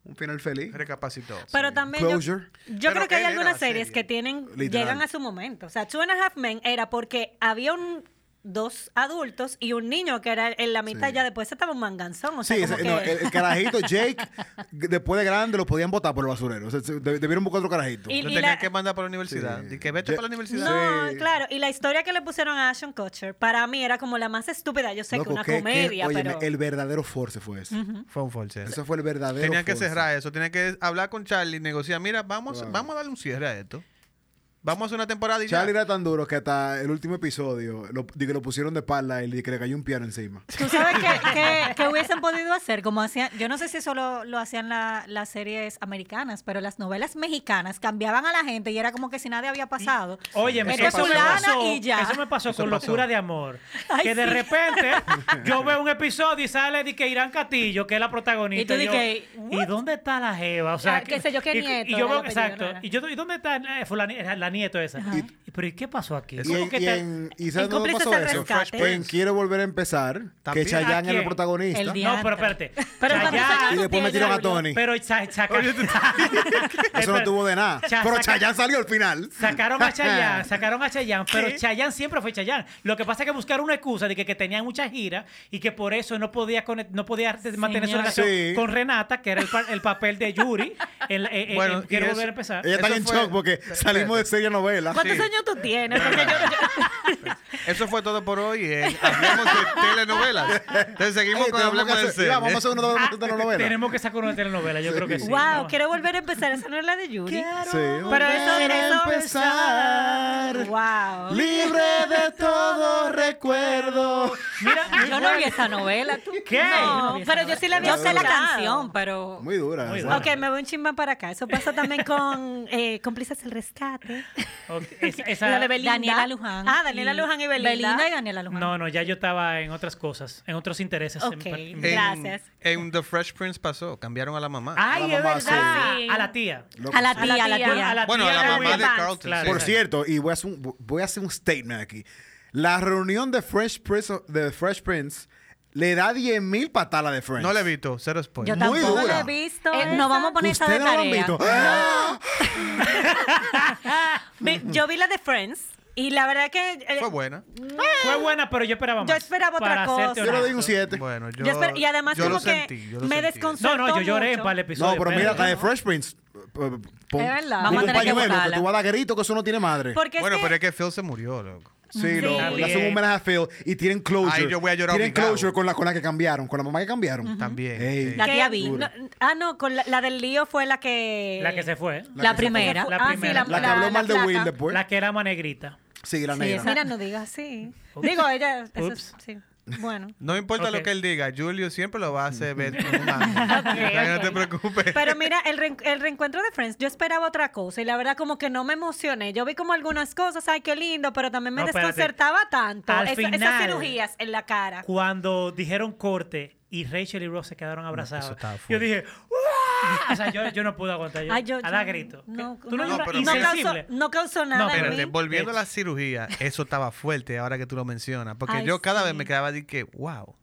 Speaker 5: un final feliz.
Speaker 6: Recapacitó.
Speaker 7: Pero también yo,
Speaker 5: Closure.
Speaker 7: yo
Speaker 6: Pero
Speaker 7: creo que hay
Speaker 6: él era
Speaker 7: algunas
Speaker 6: serio.
Speaker 7: series que tienen
Speaker 5: Literal.
Speaker 7: llegan a su momento. O sea, Two and a Half Men era porque había un dos adultos y un niño que era en la mitad
Speaker 5: Sí.
Speaker 7: ya después estaba un manganzón. O sea,
Speaker 5: sí,
Speaker 7: como
Speaker 5: ese-
Speaker 7: que-
Speaker 5: no, el, el carajito Jake, g- después de grande, lo podían votar por el basurero. O sea, se- deb- debieron buscar otro carajito.
Speaker 7: Y-
Speaker 6: Lo
Speaker 7: y
Speaker 6: tenía
Speaker 7: la-
Speaker 6: que mandar para la universidad.
Speaker 5: Sí.
Speaker 6: Y que vete
Speaker 5: Yo-
Speaker 6: para la universidad.
Speaker 7: No,
Speaker 5: Sí.
Speaker 7: claro. Y la historia que le pusieron a Ashton Kutcher para mí era como la más estúpida. Yo sé
Speaker 5: Loco,
Speaker 7: que una
Speaker 5: qué- qué-
Speaker 7: comedia,
Speaker 5: óyeme,
Speaker 7: pero
Speaker 5: el verdadero force fue ese.
Speaker 6: Fue un force.
Speaker 5: Ese fue el verdadero
Speaker 6: Tenían que
Speaker 5: force.
Speaker 6: cerrar eso. Tenían que hablar con Charlie, negociar. Mira, vamos, vamos a darle un cierre a esto. Vamos a hacer una temporada y ya.
Speaker 5: Charlie era tan duro que hasta el último episodio lo, di que lo pusieron de espalda y que le cayó un piano encima.
Speaker 3: ¿Tú sabes qué,
Speaker 5: [LAUGHS]
Speaker 3: qué- qué hubiesen podido hacer? Como hacían, yo no sé si eso lo, lo hacían la- las series americanas, pero las novelas mexicanas cambiaban a la gente y era como que si nadie había pasado.
Speaker 4: Oye,
Speaker 3: Eres
Speaker 4: eso, me
Speaker 3: fulana
Speaker 4: pasó,
Speaker 3: y ya.
Speaker 4: eso me pasó
Speaker 6: Eso
Speaker 4: con
Speaker 6: pasó.
Speaker 4: Locura de Amor.
Speaker 3: Ay,
Speaker 4: que de
Speaker 3: sí.
Speaker 5: [LAUGHS]
Speaker 4: repente yo veo un episodio y sale de que Irán Castillo, que es la protagonista.
Speaker 3: Y tú di
Speaker 4: yo,
Speaker 3: que,
Speaker 4: ¿y dónde está la Jeva? O sea,
Speaker 7: Ah, qué sé yo, qué
Speaker 4: y- y
Speaker 7: nieto
Speaker 4: yo
Speaker 7: era
Speaker 4: veo-
Speaker 7: el apellido,
Speaker 4: exacto.
Speaker 7: ¿no era?
Speaker 4: Y yo, ¿y dónde está la, fulani- eh, la, nieto esa? Y- pero ¿y qué pasó aquí?
Speaker 5: Y,
Speaker 4: ¿Cómo
Speaker 5: en-
Speaker 4: que
Speaker 5: y
Speaker 4: te-
Speaker 5: en- y ¿sabes
Speaker 7: En
Speaker 5: dónde
Speaker 7: Cómplices
Speaker 5: pasó
Speaker 7: al
Speaker 5: eso?
Speaker 7: Rescate.
Speaker 5: En Quiero Volver a Empezar,
Speaker 6: También.
Speaker 5: que
Speaker 4: ¿A
Speaker 5: Chayanne
Speaker 4: quién?
Speaker 5: era el protagonista.
Speaker 3: El día-
Speaker 4: No, pero espérate.
Speaker 7: Pero
Speaker 4: Chayanne-
Speaker 7: ¿cuántos años
Speaker 5: Y después metieron a Tony.
Speaker 4: Pero sa- saca-
Speaker 5: [LAUGHS] Eso no tuvo de nada.
Speaker 4: Cha-
Speaker 5: Pero
Speaker 4: saca-
Speaker 5: Chayanne salió al final.
Speaker 4: Sacaron a
Speaker 5: [LAUGHS]
Speaker 4: Chayanne, sacaron a Chayanne, pero Chayanne siempre fue Chayanne. Lo que pasa es que buscaron una excusa de que, que tenía muchas giras y que por eso no podía conect- no podía mantener su
Speaker 3: Señor.
Speaker 4: relación
Speaker 5: Sí.
Speaker 4: con Renata, que era el, pa- el papel de Yuri. El, eh, eh,
Speaker 6: Bueno,
Speaker 4: eh, quiero
Speaker 6: y eso-
Speaker 4: volver a empezar.
Speaker 5: Ella está
Speaker 6: Eso
Speaker 5: en
Speaker 6: fue-
Speaker 5: shock porque salimos de serie novela.
Speaker 7: ¿cuántos
Speaker 6: Sí.
Speaker 7: años tú tienes? [LAUGHS]
Speaker 6: [LAUGHS]
Speaker 7: Porque yo- yo-
Speaker 6: Eso fue todo por hoy. en Hablemos
Speaker 5: [LAUGHS]
Speaker 6: de telenovelas. Entonces seguimos
Speaker 5: Ey,
Speaker 6: con
Speaker 5: tenemos que
Speaker 6: Hablemos del
Speaker 5: hacer- mira, Vamos a
Speaker 6: Cel.
Speaker 5: hacer [LAUGHS] una
Speaker 4: Ah,
Speaker 5: doble telenovela.
Speaker 4: Tenemos que sacar una telenovela, yo creo que sí.
Speaker 7: wow,
Speaker 4: No.
Speaker 7: quiero volver a empezar. Esa no es la de Yuri.
Speaker 5: Sí,
Speaker 7: Pero eso,
Speaker 5: volver a
Speaker 7: eso
Speaker 5: empezar.
Speaker 7: Wow.
Speaker 5: Libre de todo recuerdo.
Speaker 4: Mira,
Speaker 3: Yo no vi esa novela. ¿tú?
Speaker 4: ¿Qué?
Speaker 3: No,
Speaker 7: pero yo sí la había
Speaker 3: Yo sé la
Speaker 7: escuchado.
Speaker 3: canción, pero...
Speaker 5: Muy dura.
Speaker 4: Muy
Speaker 5: esa.
Speaker 4: dura.
Speaker 7: Ok, me voy un chimbán para acá. Eso pasa también con eh, Cómplices el Rescate.
Speaker 4: Ok, esa- esa-
Speaker 7: La de Belinda.
Speaker 3: Daniela Luján.
Speaker 7: Ah, Daniela Luján y Belinda.
Speaker 3: Belinda y Daniela Luján.
Speaker 4: no, no, ya yo estaba en otras cosas, en otros intereses. en
Speaker 7: Ok.
Speaker 4: par-
Speaker 6: En-
Speaker 7: Gracias. Ah.
Speaker 6: En The Fresh Prince pasó. Cambiaron a la mamá.
Speaker 4: Ay,
Speaker 5: la
Speaker 4: es
Speaker 5: mamá,
Speaker 4: verdad.
Speaker 3: sí.
Speaker 4: A la tía.
Speaker 5: Loco.
Speaker 3: A la tía, a la
Speaker 7: Bueno,
Speaker 3: tía.
Speaker 4: a la
Speaker 6: Bueno,
Speaker 4: tía
Speaker 6: a la
Speaker 4: de
Speaker 6: mamá de
Speaker 4: Banks.
Speaker 6: Carlton.
Speaker 4: Claro,
Speaker 5: Por
Speaker 4: exacto.
Speaker 5: cierto, y voy a, hacer un, voy a hacer un statement aquí. La reunión de Fresh Prince, de Fresh Prince le da 10.000 mil patadas de Friends.
Speaker 6: No le he visto. Cero
Speaker 3: Yo
Speaker 6: spoilers.
Speaker 5: Muy
Speaker 3: tampoco
Speaker 5: dura.
Speaker 3: la he visto.
Speaker 7: Eh,
Speaker 3: no vamos a poner esa de
Speaker 5: Ustedes no lo han
Speaker 3: tarea.
Speaker 5: visto. ¡Ah!
Speaker 7: Vi- Yo vi la de Friends y la verdad que... eh,
Speaker 6: Fue [LAUGHS] buena.
Speaker 4: Fue buena, pero yo esperaba más.
Speaker 7: Yo esperaba
Speaker 4: para
Speaker 7: otra
Speaker 4: serte
Speaker 7: cosa.
Speaker 5: Yo le doy un
Speaker 4: honesto.
Speaker 5: 7.
Speaker 6: Bueno, yo.
Speaker 7: yo espero- y además
Speaker 6: yo
Speaker 7: como
Speaker 6: lo
Speaker 7: que
Speaker 6: sentí, yo lo
Speaker 7: me
Speaker 6: sentí.
Speaker 7: desconcertó
Speaker 4: No, no, yo lloré en
Speaker 7: mucho.
Speaker 4: para el episodio.
Speaker 5: No, pero mira, la
Speaker 4: espérate.
Speaker 5: de Fresh Prince. eh, eh, pon-
Speaker 3: Es verdad.
Speaker 5: pon
Speaker 3: Vamos a tener
Speaker 5: un
Speaker 3: que
Speaker 5: pañuelo, que
Speaker 3: buscarla.
Speaker 5: tú vas a dar grito que eso no tiene madre.
Speaker 7: Porque es
Speaker 6: Bueno,
Speaker 7: que-
Speaker 6: pero es que Phil se murió, loco.
Speaker 5: Sí, lo,
Speaker 4: Está
Speaker 5: le hacen
Speaker 4: bien.
Speaker 5: un homenaje a Phil y tienen closure.
Speaker 6: Ay, yo voy a llorar
Speaker 5: Tienen
Speaker 6: obligado.
Speaker 5: closure con la, con la que cambiaron, con la mamá que cambiaron.
Speaker 6: También, eh,
Speaker 5: Ey.
Speaker 6: sí.
Speaker 3: La
Speaker 7: que-
Speaker 3: tía vi.
Speaker 7: no, ah, no, con la, la del lío fue la que...
Speaker 4: La que se fue.
Speaker 3: La, primera.
Speaker 4: La
Speaker 7: Eh, Ah, sí,
Speaker 4: primera.
Speaker 5: La que
Speaker 7: La-
Speaker 5: habló
Speaker 7: la
Speaker 5: mal de
Speaker 7: flaca.
Speaker 5: Will después.
Speaker 4: La que era más negrita.
Speaker 5: Sí, la
Speaker 3: Sí,
Speaker 5: negra.
Speaker 3: esa-
Speaker 7: Mira, no digas así. Digo, ella... eso es-
Speaker 4: Ups.
Speaker 7: sí. Bueno.
Speaker 6: No importa
Speaker 4: Ok.
Speaker 6: lo que él diga, Julio siempre lo va a hacer ver como
Speaker 7: [LAUGHS]
Speaker 6: un ángel. O sea,
Speaker 7: ok.
Speaker 6: No te preocupes.
Speaker 7: Pero mira, el, reen- el reencuentro de Friends, yo esperaba otra cosa y la verdad como que no me emocioné. Yo vi como algunas cosas, ay, qué lindo, pero también me
Speaker 4: No, espérate.
Speaker 7: desconcertaba tanto.
Speaker 4: Al
Speaker 7: Esa-
Speaker 4: final-
Speaker 7: esas cirugías en la cara.
Speaker 4: Cuando dijeron corte y Rachel y Ross se quedaron abrazados.
Speaker 6: estaba fuerte.
Speaker 4: yo dije, "¡Wow!". O sea, yo, yo no pude aguantar. Yo,
Speaker 7: Ay, yo-
Speaker 4: a dar
Speaker 7: yo-
Speaker 4: grito.
Speaker 7: no,
Speaker 4: ¿Qué? Tú no,
Speaker 6: no,
Speaker 4: lloras?
Speaker 6: pero-
Speaker 7: no, causó,
Speaker 4: Insensible.
Speaker 7: no causó nada
Speaker 4: No,
Speaker 7: en
Speaker 6: Espérate,
Speaker 7: mí.
Speaker 6: volviendo a la cirugía, eso estaba fuerte ahora que tú lo mencionas. Porque
Speaker 7: Ay,
Speaker 6: yo cada
Speaker 7: sí.
Speaker 6: vez me quedaba de que, wow.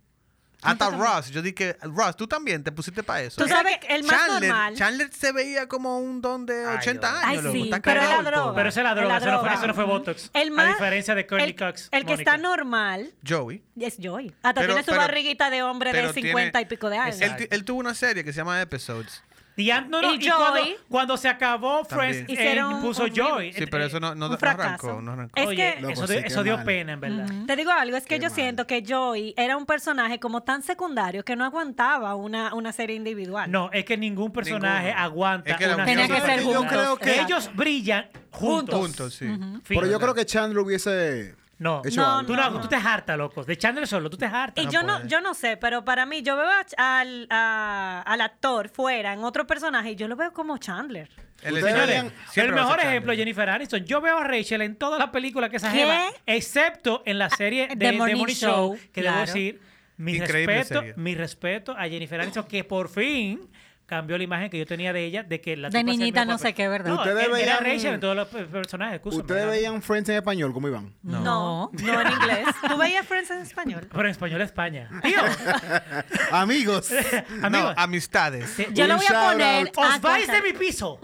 Speaker 6: Hasta Ross, yo dije, Ross, tú también te pusiste para eso.
Speaker 7: Tú sabes que el más
Speaker 6: Chandler,
Speaker 7: normal.
Speaker 6: Chandler se veía como un don de
Speaker 4: Ay,
Speaker 6: 80
Speaker 4: Dios.
Speaker 6: años.
Speaker 7: Ay,
Speaker 6: loco,
Speaker 7: sí,
Speaker 6: está
Speaker 7: pero
Speaker 6: cagado
Speaker 7: era
Speaker 6: el
Speaker 7: droga.
Speaker 6: pobre.
Speaker 4: Pero esa es la
Speaker 7: Es
Speaker 4: droga,
Speaker 7: la
Speaker 4: eso, No fue,
Speaker 7: droga.
Speaker 4: eso no fue Botox.
Speaker 7: El más-
Speaker 4: a diferencia de Curly
Speaker 7: el,
Speaker 4: Cox.
Speaker 3: El que
Speaker 4: Mónica.
Speaker 3: está normal
Speaker 6: Joey.
Speaker 7: Es Joey. Hasta
Speaker 6: Pero-
Speaker 7: tiene su
Speaker 6: pero-
Speaker 7: barriguita de hombre de
Speaker 6: pero tiene-
Speaker 7: 50 y pico de años.
Speaker 6: Él, ti- él tuvo una serie que se llama Episodes.
Speaker 4: Y, an- no, no,
Speaker 7: Y
Speaker 4: y cuando,
Speaker 7: Joy.
Speaker 4: cuando se acabó Friends,
Speaker 6: También.
Speaker 4: él
Speaker 7: Hicieron
Speaker 4: puso
Speaker 7: un-
Speaker 4: Joy.
Speaker 6: Sí, pero eso no, no,
Speaker 7: un
Speaker 6: no arrancó.
Speaker 7: fracaso.
Speaker 6: No arrancó.
Speaker 7: Es
Speaker 4: Oye,
Speaker 7: que-
Speaker 4: eso,
Speaker 5: Loco, sí,
Speaker 4: dio-
Speaker 5: qué
Speaker 4: eso dio
Speaker 5: mal.
Speaker 4: pena, en verdad.
Speaker 7: Te digo algo, es que
Speaker 5: Qué
Speaker 7: yo
Speaker 5: mal.
Speaker 7: siento que Joey era un personaje como tan secundario que no aguantaba una, una serie individual.
Speaker 4: No, es que ningún personaje
Speaker 6: Ninguno.
Speaker 4: aguanta
Speaker 6: Es que la
Speaker 4: una
Speaker 6: unión-
Speaker 4: sola
Speaker 7: Tenía que ser
Speaker 4: persona.
Speaker 5: Yo creo
Speaker 7: juntos,
Speaker 5: que-
Speaker 7: exacto.
Speaker 4: ellos brillan juntos.
Speaker 6: Juntos, sí.
Speaker 4: Fin,
Speaker 5: Pero yo
Speaker 4: ¿verdad?
Speaker 5: creo que Chandler hubiese...
Speaker 4: no.
Speaker 5: hecho
Speaker 4: No,
Speaker 5: algo.
Speaker 4: tú,
Speaker 7: No,
Speaker 4: no,
Speaker 7: no.
Speaker 4: tú te hartas, loco. De Chandler solo, tú te hartas.
Speaker 7: Y
Speaker 6: No
Speaker 7: yo no,
Speaker 6: puede.
Speaker 7: yo no sé, pero para mí, yo veo a Ch- al, a- al actor fuera en otro personaje y yo lo veo como Chandler.
Speaker 6: El,
Speaker 5: Ustedes
Speaker 6: escenario
Speaker 5: veían-
Speaker 4: El
Speaker 6: siempre va a ser
Speaker 4: mejor
Speaker 6: Chandler.
Speaker 4: ejemplo es Jennifer Aniston. Yo veo a Rachel en todas las películas que esa
Speaker 7: ¿Qué?
Speaker 4: lleva, excepto en la serie
Speaker 7: Ah,
Speaker 4: de The Morning, Show, que debo
Speaker 7: claro.
Speaker 4: decir, mi
Speaker 6: Increíble
Speaker 4: respeto,
Speaker 6: serie.
Speaker 4: mi respeto a Jennifer Aniston, que por fin cambió la imagen que yo tenía de ella, de que la
Speaker 7: De
Speaker 4: tipa hacía el
Speaker 7: niñita
Speaker 4: mismo
Speaker 7: no sé
Speaker 4: papel.
Speaker 7: qué, ¿verdad?
Speaker 4: No,
Speaker 5: Ustedes
Speaker 4: era
Speaker 5: veían-
Speaker 4: Rachel en todos los pe- personajes, excúsame,
Speaker 5: ¿Ustedes
Speaker 4: ¿verdad?
Speaker 5: veían Friends en español? ¿Cómo iban? [LAUGHS]
Speaker 7: No. No, en inglés.
Speaker 6: [LAUGHS]
Speaker 7: ¿Tú veías Friends en español?
Speaker 4: Pero en español España. Tío,
Speaker 5: Amigos.
Speaker 4: amigos, eh,
Speaker 6: No, amistades.
Speaker 7: Yo
Speaker 5: Un
Speaker 7: lo voy a
Speaker 5: shout
Speaker 7: poner.
Speaker 5: out.
Speaker 7: a
Speaker 4: os vais de
Speaker 7: contar.
Speaker 4: mi piso.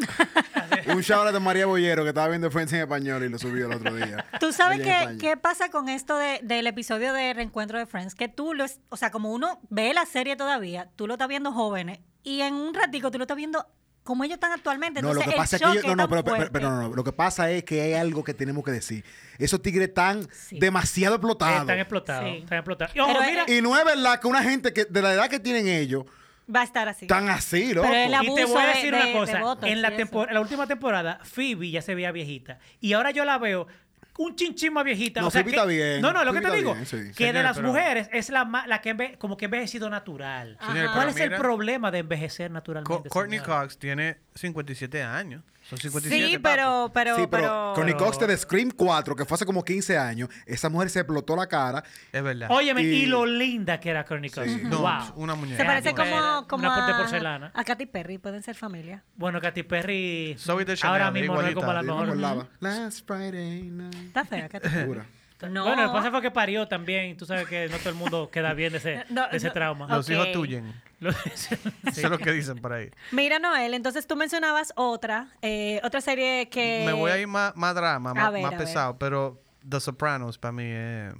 Speaker 5: Un shout de María Bollero que estaba viendo Friends en español y lo subió el otro día.
Speaker 7: [LAUGHS] Tú sabes
Speaker 5: Allá en
Speaker 7: qué,
Speaker 5: España.
Speaker 7: qué pasa con esto de- del episodio de Reencuentro de Friends, que tú, lo es- o sea, como uno ve la serie todavía, tú lo estás viendo jóvenes y en un ratico tú lo estás viendo como ellos están actualmente.
Speaker 5: No, lo
Speaker 7: Entonces,
Speaker 5: que
Speaker 7: el
Speaker 5: pasa es que ellos-
Speaker 7: choque
Speaker 5: no, no,
Speaker 7: tan
Speaker 5: pero, pero-
Speaker 7: fuerte.
Speaker 5: pero no, no, lo que pasa es que hay algo que tenemos que decir. Esos tigres están
Speaker 7: Sí.
Speaker 5: demasiado explotados.
Speaker 4: Están explotados,
Speaker 7: Sí.
Speaker 4: están explotados. Y ojo,
Speaker 7: Pero
Speaker 4: mira,
Speaker 5: y no es verdad que una gente que de la edad que tienen ellos
Speaker 7: Va a estar así.
Speaker 5: están así, loco.
Speaker 7: Pero es la-
Speaker 4: y te voy a
Speaker 7: abuso de-
Speaker 4: decir
Speaker 7: de-
Speaker 4: una
Speaker 7: de
Speaker 4: cosa.
Speaker 7: votos
Speaker 4: en,
Speaker 7: y
Speaker 4: la
Speaker 7: eso.
Speaker 4: tempor- en la última temporada, Phoebe ya se veía viejita. Y ahora yo la veo un chinchín más viejita.
Speaker 5: No,
Speaker 4: o sea,
Speaker 5: Phoebe
Speaker 4: que-
Speaker 5: está bien,
Speaker 4: No, no, lo que
Speaker 5: Phoebe
Speaker 4: te
Speaker 5: está
Speaker 4: digo.
Speaker 5: bien, sí.
Speaker 4: Que de
Speaker 6: Señor,
Speaker 4: las
Speaker 6: pero-
Speaker 4: mujeres es la, ma- la que enve- como que envejecido natural.
Speaker 6: Señor,
Speaker 4: ¿Cuál
Speaker 6: pero
Speaker 4: es el
Speaker 6: mira,
Speaker 4: problema de envejecer
Speaker 6: Co-
Speaker 4: naturalmente?
Speaker 6: Courtney
Speaker 4: señora?
Speaker 6: Cox tiene 57 años. Son 57.
Speaker 7: Sí,
Speaker 6: papi.
Speaker 7: pero, pero,
Speaker 5: sí, pero,
Speaker 7: pero-
Speaker 5: Connie
Speaker 4: pero-
Speaker 5: Cox de Scream 4, que fue hace como 15 años, esa mujer se explotó la cara.
Speaker 6: Es verdad.
Speaker 4: Óyeme, y...
Speaker 5: Y-
Speaker 4: lo linda que era Courtney Cox.
Speaker 6: No,
Speaker 4: wow.
Speaker 6: una muñeca.
Speaker 7: se parece
Speaker 4: Una mujer,
Speaker 7: como, como
Speaker 4: una de
Speaker 7: a,
Speaker 4: porcelana.
Speaker 7: a Katy Perry, pueden ser familia.
Speaker 4: Bueno, Katy Perry
Speaker 6: Zoe de Chanel,
Speaker 4: ahora mismo no es
Speaker 6: igualita,
Speaker 4: como la
Speaker 6: sí,
Speaker 5: Yo
Speaker 4: mejor.
Speaker 5: me acordaba. Last Friday night.
Speaker 7: Está fea, Katy Perry.
Speaker 5: Segura.
Speaker 7: No.
Speaker 4: Bueno, lo que pasa fue que parió también. Tú sabes que no todo el mundo queda bien de ese,
Speaker 7: No,
Speaker 4: de ese
Speaker 7: no,
Speaker 4: trauma.
Speaker 6: Los
Speaker 7: Ok.
Speaker 6: hijos tuyen.
Speaker 4: Lo- [LAUGHS] sí.
Speaker 6: Eso es lo que dicen por ahí.
Speaker 7: Mira, Noel, entonces tú mencionabas otra, eh, otra serie que...
Speaker 6: Me voy a ir más, más drama, más,
Speaker 7: ver,
Speaker 6: más
Speaker 7: a ver.
Speaker 6: pesado, pero The Sopranos para mí es...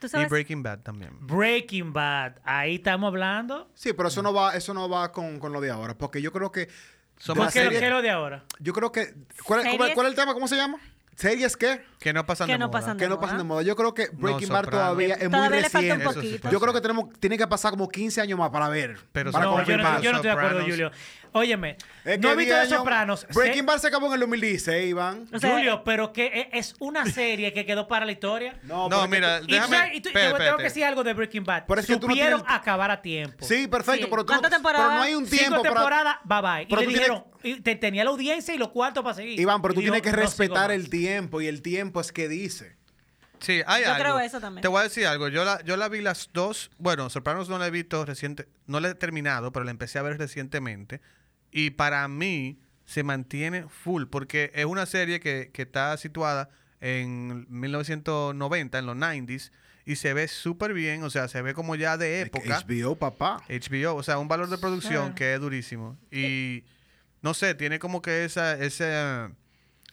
Speaker 7: ¿Tú
Speaker 6: Y
Speaker 7: sabes?
Speaker 6: Breaking Bad también.
Speaker 4: Breaking Bad. Ahí estamos hablando.
Speaker 5: Sí, pero eso no va, eso no va con, con lo de ahora, porque yo creo que
Speaker 6: Somos
Speaker 5: la
Speaker 4: ¿Qué,
Speaker 6: que-
Speaker 4: lo-
Speaker 5: serie-
Speaker 4: qué es lo de ahora?
Speaker 5: yo creo que ¿cuál, es- cómo es-
Speaker 7: Series-
Speaker 5: cuál es el tema? ¿Cómo se llama? ¿Series qué?
Speaker 6: Que no pasan
Speaker 7: Que
Speaker 6: de
Speaker 7: no
Speaker 6: moda.
Speaker 7: pasan
Speaker 5: Que no
Speaker 7: moda.
Speaker 5: pasan de moda. Yo creo que Breaking Bad
Speaker 6: Soprano.
Speaker 5: todavía es muy
Speaker 7: Todavía le falta un
Speaker 5: reciente.
Speaker 6: Eso sí
Speaker 7: poquito.
Speaker 5: Yo creo que tenemos, tiene que pasar como 15 años más para ver.
Speaker 6: Pero
Speaker 5: para
Speaker 4: No, yo, no,
Speaker 5: confirmar.
Speaker 4: yo no estoy de acuerdo,
Speaker 6: Sopranos.
Speaker 4: Julio. Óyeme,
Speaker 5: Es
Speaker 4: no he visto
Speaker 5: que
Speaker 4: de
Speaker 5: 10 años-
Speaker 4: Sopranos.
Speaker 5: Breaking
Speaker 4: Sé-
Speaker 5: Bad se acabó en el 2016, Iván.
Speaker 7: O sea,
Speaker 4: Julio, pero que e- es una serie que quedó para la historia.
Speaker 5: No,
Speaker 6: No,
Speaker 5: porque-
Speaker 6: mira,
Speaker 4: Y, Frank,
Speaker 6: déjame...
Speaker 4: y tú-
Speaker 6: espera,
Speaker 4: yo
Speaker 6: espera,
Speaker 4: tengo que
Speaker 6: espera.
Speaker 4: decir algo de Breaking Bad.
Speaker 5: Pero es que tú no tienes
Speaker 4: Supieron
Speaker 5: el-
Speaker 4: acabar a tiempo.
Speaker 5: Sí, perfecto.
Speaker 7: Sí.
Speaker 5: Pero, tú
Speaker 7: ¿Cuántas
Speaker 5: no,
Speaker 7: temporadas?
Speaker 5: pero no hay un tiempo
Speaker 4: Cinco temporadas, bye bye. Y
Speaker 5: pero
Speaker 4: le
Speaker 5: tú tienes-
Speaker 4: dijeron, y te- tenía la audiencia y los cuartos para seguir.
Speaker 5: para... Iván, pero
Speaker 4: Y
Speaker 5: tú
Speaker 4: dijo,
Speaker 5: tienes que
Speaker 4: "No sigo
Speaker 5: respetar
Speaker 4: más".
Speaker 5: el tiempo y el tiempo es que dice.
Speaker 6: Sí, hay
Speaker 7: Yo
Speaker 6: algo.
Speaker 7: creo eso también.
Speaker 6: Te voy a decir algo. Yo la, yo la vi las dos. Bueno, Sopranos no la he visto reciente. No la he terminado, pero la empecé a ver recientemente. Y para mí se mantiene full porque es una serie que, que está situada en 1990, en los 90s. Y se ve súper bien. O sea, se ve como ya de época.
Speaker 5: HBO, papá.
Speaker 6: HBO, o sea, un valor de producción
Speaker 7: Sure.
Speaker 6: que es durísimo.
Speaker 7: Eh.
Speaker 6: Y no sé, tiene como que esa, ese.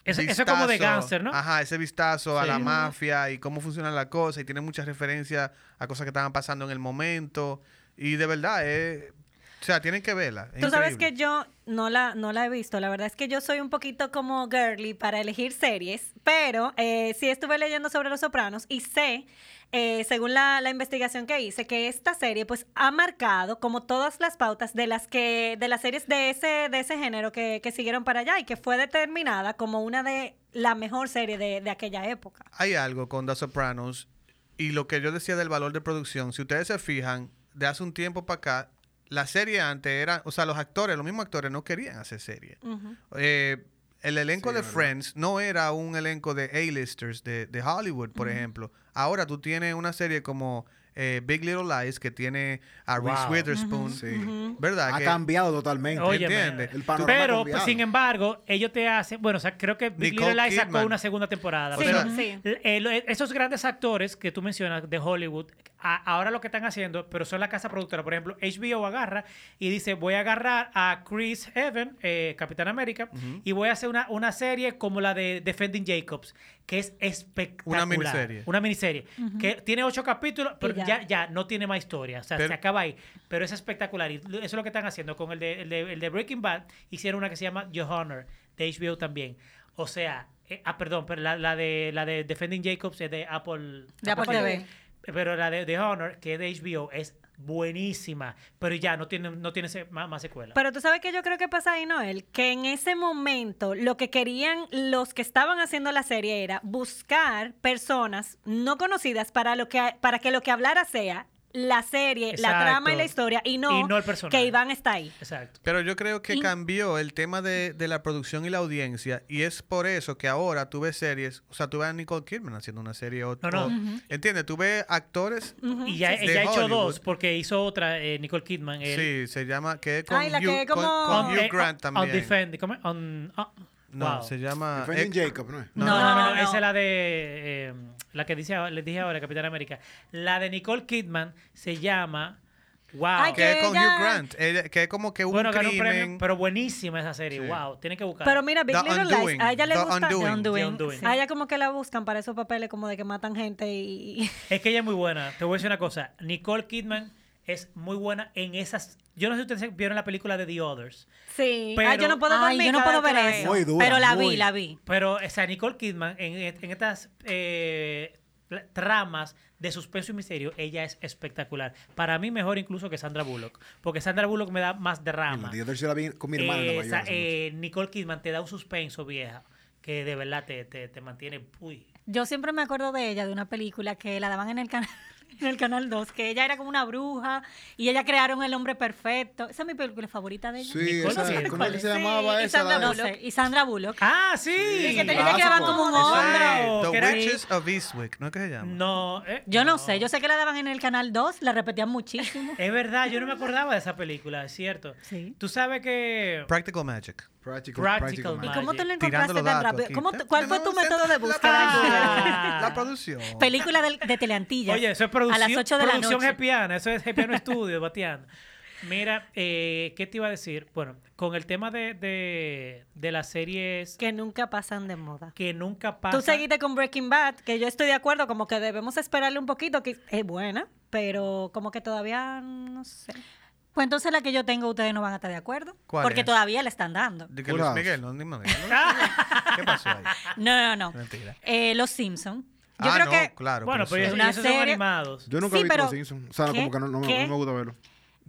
Speaker 4: Ese- eso como de
Speaker 6: vistazo,
Speaker 4: gánster, ¿no?
Speaker 6: Ajá, ese vistazo a
Speaker 4: Sí.
Speaker 6: la
Speaker 4: Ujú.
Speaker 6: mafia y cómo funcionan las cosas. Y tiene muchas referencias a cosas que estaban pasando en el momento. Y de verdad, es, o sea, tienen que verla. es
Speaker 7: Tú sabes que
Speaker 6: increíble.
Speaker 7: yo no la, no la he visto. La verdad es que yo soy un poquito como girly para elegir series, pero eh, sí estuve leyendo sobre Los Sopranos y sé, eh, según la, la investigación que hice, que esta serie pues ha marcado como todas las pautas de las que de las series de ese de ese género que, que siguieron para allá y que fue determinada como una de la mejor serie de, de aquella época.
Speaker 6: Hay algo con The Sopranos y lo que yo decía del valor de producción. Si ustedes se fijan, de hace un tiempo para acá, la serie antes era, o sea, los actores, los mismos actores no querían hacer serie. Eh, el elenco de Friends no era un elenco de A-listers de, de Hollywood, por ejemplo. Ahora tú tienes una serie como eh, Big Little Lies, que tiene a Reese
Speaker 5: Wow.
Speaker 6: Witherspoon. ¿Verdad?
Speaker 4: Ah,
Speaker 5: Ha
Speaker 6: Que-
Speaker 5: cambiado totalmente.
Speaker 6: Oye,
Speaker 4: Óyeme.
Speaker 6: entiende.
Speaker 5: El panorama ha
Speaker 4: pero,
Speaker 5: cambiado.
Speaker 4: pues, sin embargo, ellos te hacen. Bueno, o sea, creo que Big
Speaker 6: Nicole
Speaker 4: Little Lies sacó
Speaker 6: Kidman.
Speaker 4: una segunda temporada.
Speaker 6: O
Speaker 4: pero
Speaker 6: sea,
Speaker 7: Sí.
Speaker 4: l- eh, lo- eh, esos grandes actores que tú mencionas de Hollywood, a- ahora lo que están haciendo, pero son la casa productora. Por ejemplo, HBO agarra y dice: Voy a agarrar a Chris Evans, eh, Capitán América, y voy a hacer una, una serie como la de Defending Jacobs, que es espectacular.
Speaker 6: miniserie.
Speaker 4: Una miniserie. Que tiene ocho capítulos, pero
Speaker 3: ya.
Speaker 4: ya. ya no tiene más historia. O sea,
Speaker 6: Pero-
Speaker 4: se acaba ahí. Pero es espectacular. Y eso es lo que están haciendo. Con el de, el de, el de Breaking Bad hicieron una que se llama Your Honor, de HBO también. O sea, eh, ah, perdón, pero la, la de, la de Defending Jacobs es de Apple.
Speaker 7: De Apple TV.
Speaker 4: Pero la de The Honor, que es de HBO, es buenísima. Pero ya no tiene, no tiene se- más, más secuela.
Speaker 3: Pero tú sabes que yo creo que pasa ahí, Noel, que en ese momento lo que querían los que estaban haciendo la serie era buscar personas no conocidas para, lo que, para que lo que hablara sea la serie, la
Speaker 4: Exacto.
Speaker 3: trama y la historia y no,
Speaker 4: Y no el personaje.
Speaker 3: que Iván está ahí.
Speaker 4: Exacto.
Speaker 6: Pero yo creo que
Speaker 3: Y-
Speaker 6: cambió el tema de, de la producción y la audiencia. Y es por eso que ahora tú ves series. O sea, tú ves a Nicole Kidman haciendo una serie. O,
Speaker 4: No, no.
Speaker 6: o- ¿Entiendes? Tú ves actores.
Speaker 7: Mm.
Speaker 4: Y ya,
Speaker 6: Sí, sí.
Speaker 4: ella ha
Speaker 6: De
Speaker 4: hecho
Speaker 6: Hollywood.
Speaker 4: dos, porque hizo otra, eh, Nicole Kidman. el-
Speaker 6: Sí, se llama. Que es con,
Speaker 7: Ay, la que
Speaker 6: Hugh-
Speaker 7: es como-
Speaker 6: con- con
Speaker 4: on- eh,
Speaker 6: Hugh Grant
Speaker 4: on-
Speaker 6: también.
Speaker 4: On Defend. ¿cómo es? On- ah,
Speaker 6: No,
Speaker 4: wow.
Speaker 6: se llama.
Speaker 5: Defending
Speaker 6: eh,
Speaker 5: Jacob, ¿no es?
Speaker 4: No, no, no, no,
Speaker 7: no.
Speaker 4: esa es la de. eh, la que dice, ahora- les dije ahora, Capitán América. La de Nicole Kidman se llama. ¡Wow!
Speaker 7: Ay,
Speaker 6: que es con
Speaker 7: Ella-
Speaker 6: Hugh Grant. Ella- que es como que un
Speaker 4: bueno, ganó un premio,
Speaker 6: crimen.
Speaker 4: pero buenísima esa serie.
Speaker 6: Sí.
Speaker 4: ¡Wow! Tienen que buscar.
Speaker 3: Pero mira, Big
Speaker 6: The
Speaker 3: Little Lies,
Speaker 6: Undoing,
Speaker 3: a ella le
Speaker 6: The
Speaker 3: gusta.
Speaker 6: Undoing.
Speaker 4: The Undoing.
Speaker 3: A ella como que la buscan para esos papeles como de que matan gente y...
Speaker 4: Es que ella es muy buena. Te voy a decir una cosa. Nicole Kidman es muy buena en esas. Yo no sé si ustedes vieron la película de The Others.
Speaker 3: Sí,
Speaker 4: Pero-
Speaker 3: Ay, Ah, yo no puedo
Speaker 7: Ay,
Speaker 3: dormir
Speaker 7: yo no
Speaker 3: cada
Speaker 7: puedo
Speaker 3: vez
Speaker 7: ver
Speaker 3: que la
Speaker 7: eso.
Speaker 3: veo.
Speaker 5: Muy dura,
Speaker 7: pero la
Speaker 5: muy-
Speaker 7: vi, la vi.
Speaker 4: Pero, o sea, Nicole Kidman en, en estas eh, tra- tramas de suspenso y misterio, ella es espectacular. Para mí, mejor incluso que Sandra Bullock. Porque Sandra Bullock me da más
Speaker 5: En
Speaker 4: drama.
Speaker 5: la Theater yo la vi con mi hermana en Nueva
Speaker 4: Esa,
Speaker 5: York. hace
Speaker 4: eh, Nicole Kidman te da un suspenso, vieja, que de verdad te, te, te mantiene. Uy.
Speaker 7: Yo siempre me acuerdo de ella, de una película que la daban en el canal. [LAUGHS] En el canal 2, que ella era como una bruja y ella crearon el hombre perfecto. Esa es mi película favorita de
Speaker 5: mucho.
Speaker 7: ella.
Speaker 5: Sí,
Speaker 4: Nicole
Speaker 5: esa,
Speaker 4: Kidman.
Speaker 5: ¿cómo es que se
Speaker 3: Sí,
Speaker 5: llamaba
Speaker 3: y
Speaker 5: esa?
Speaker 3: Sandra
Speaker 5: La-
Speaker 7: No
Speaker 3: Bullock.
Speaker 7: sé, y Sandra Bullock.
Speaker 4: ¡Ah, sí.
Speaker 7: Y que
Speaker 5: Ah,
Speaker 7: tenía que van
Speaker 5: sí,
Speaker 7: como un
Speaker 6: Sí,
Speaker 7: hombre.
Speaker 4: Wow, que
Speaker 6: Eh, The
Speaker 4: era-
Speaker 6: Witches of Eastwick. ¿No es que se
Speaker 5: Ah,
Speaker 6: llama?
Speaker 4: No, eh,
Speaker 7: Yo no sé, yo sé que la daban en el canal 2, la repetían muchísimo.
Speaker 4: Es verdad, yo no me acordaba de esa película, es cierto.
Speaker 7: Sí.
Speaker 4: Tú sabes que.
Speaker 6: Practical Magic.
Speaker 5: Practical,
Speaker 4: Practical
Speaker 5: Practical
Speaker 4: Man.
Speaker 5: Man.
Speaker 7: ¿Y cómo tú lo
Speaker 6: Tirando
Speaker 7: encontraste
Speaker 6: los
Speaker 7: tan
Speaker 6: datos.
Speaker 7: rápido?
Speaker 6: aquí.
Speaker 7: ¿Cómo tú- ¿Cuál fue
Speaker 6: No,
Speaker 7: tu
Speaker 6: no,
Speaker 7: método
Speaker 6: la
Speaker 7: de búsqueda?
Speaker 4: Ah.
Speaker 6: La producción.
Speaker 7: [LAUGHS] Película del- de Teleantillas.
Speaker 4: Oye, eso es producción.
Speaker 7: A las 8 de la
Speaker 4: producción
Speaker 7: noche.
Speaker 4: Hepiana, eso es Hepiano Studio, Batiano. Mira, eh, ¿qué te iba a decir? Bueno, con el tema de, de, de las series que,
Speaker 3: Que nunca pasan de moda.
Speaker 4: nunca pasan.
Speaker 3: Tú seguiste con Breaking Bad, que yo estoy de acuerdo, como que debemos esperarle un poquito, que es buena, pero como que todavía no sé.
Speaker 7: Pues entonces la que yo tengo, ustedes no van a estar de acuerdo.
Speaker 6: ¿Cuál
Speaker 7: porque
Speaker 6: es?
Speaker 7: todavía la están dando.
Speaker 6: De que
Speaker 5: Full
Speaker 6: Luis
Speaker 5: House.
Speaker 6: Miguel, no, ni madre, ¿no? ¿Qué pasó
Speaker 7: [LAUGHS]
Speaker 6: ahí?
Speaker 7: No, no, no.
Speaker 6: Mentira.
Speaker 7: Eh, los Simpsons. Yo
Speaker 6: ah,
Speaker 7: creo
Speaker 6: no,
Speaker 7: que.
Speaker 6: claro.
Speaker 4: Bueno,
Speaker 6: pero
Speaker 4: pero
Speaker 6: eso-
Speaker 4: esos-
Speaker 7: una
Speaker 4: esos son
Speaker 7: serie-
Speaker 4: animados.
Speaker 5: Yo nunca
Speaker 7: Sí,
Speaker 5: vi
Speaker 7: pero-
Speaker 5: Los Simpsons. O sea, no,
Speaker 7: ¿Qué?
Speaker 5: como que no, no me-
Speaker 3: ¿Qué?
Speaker 5: no me gusta verlo.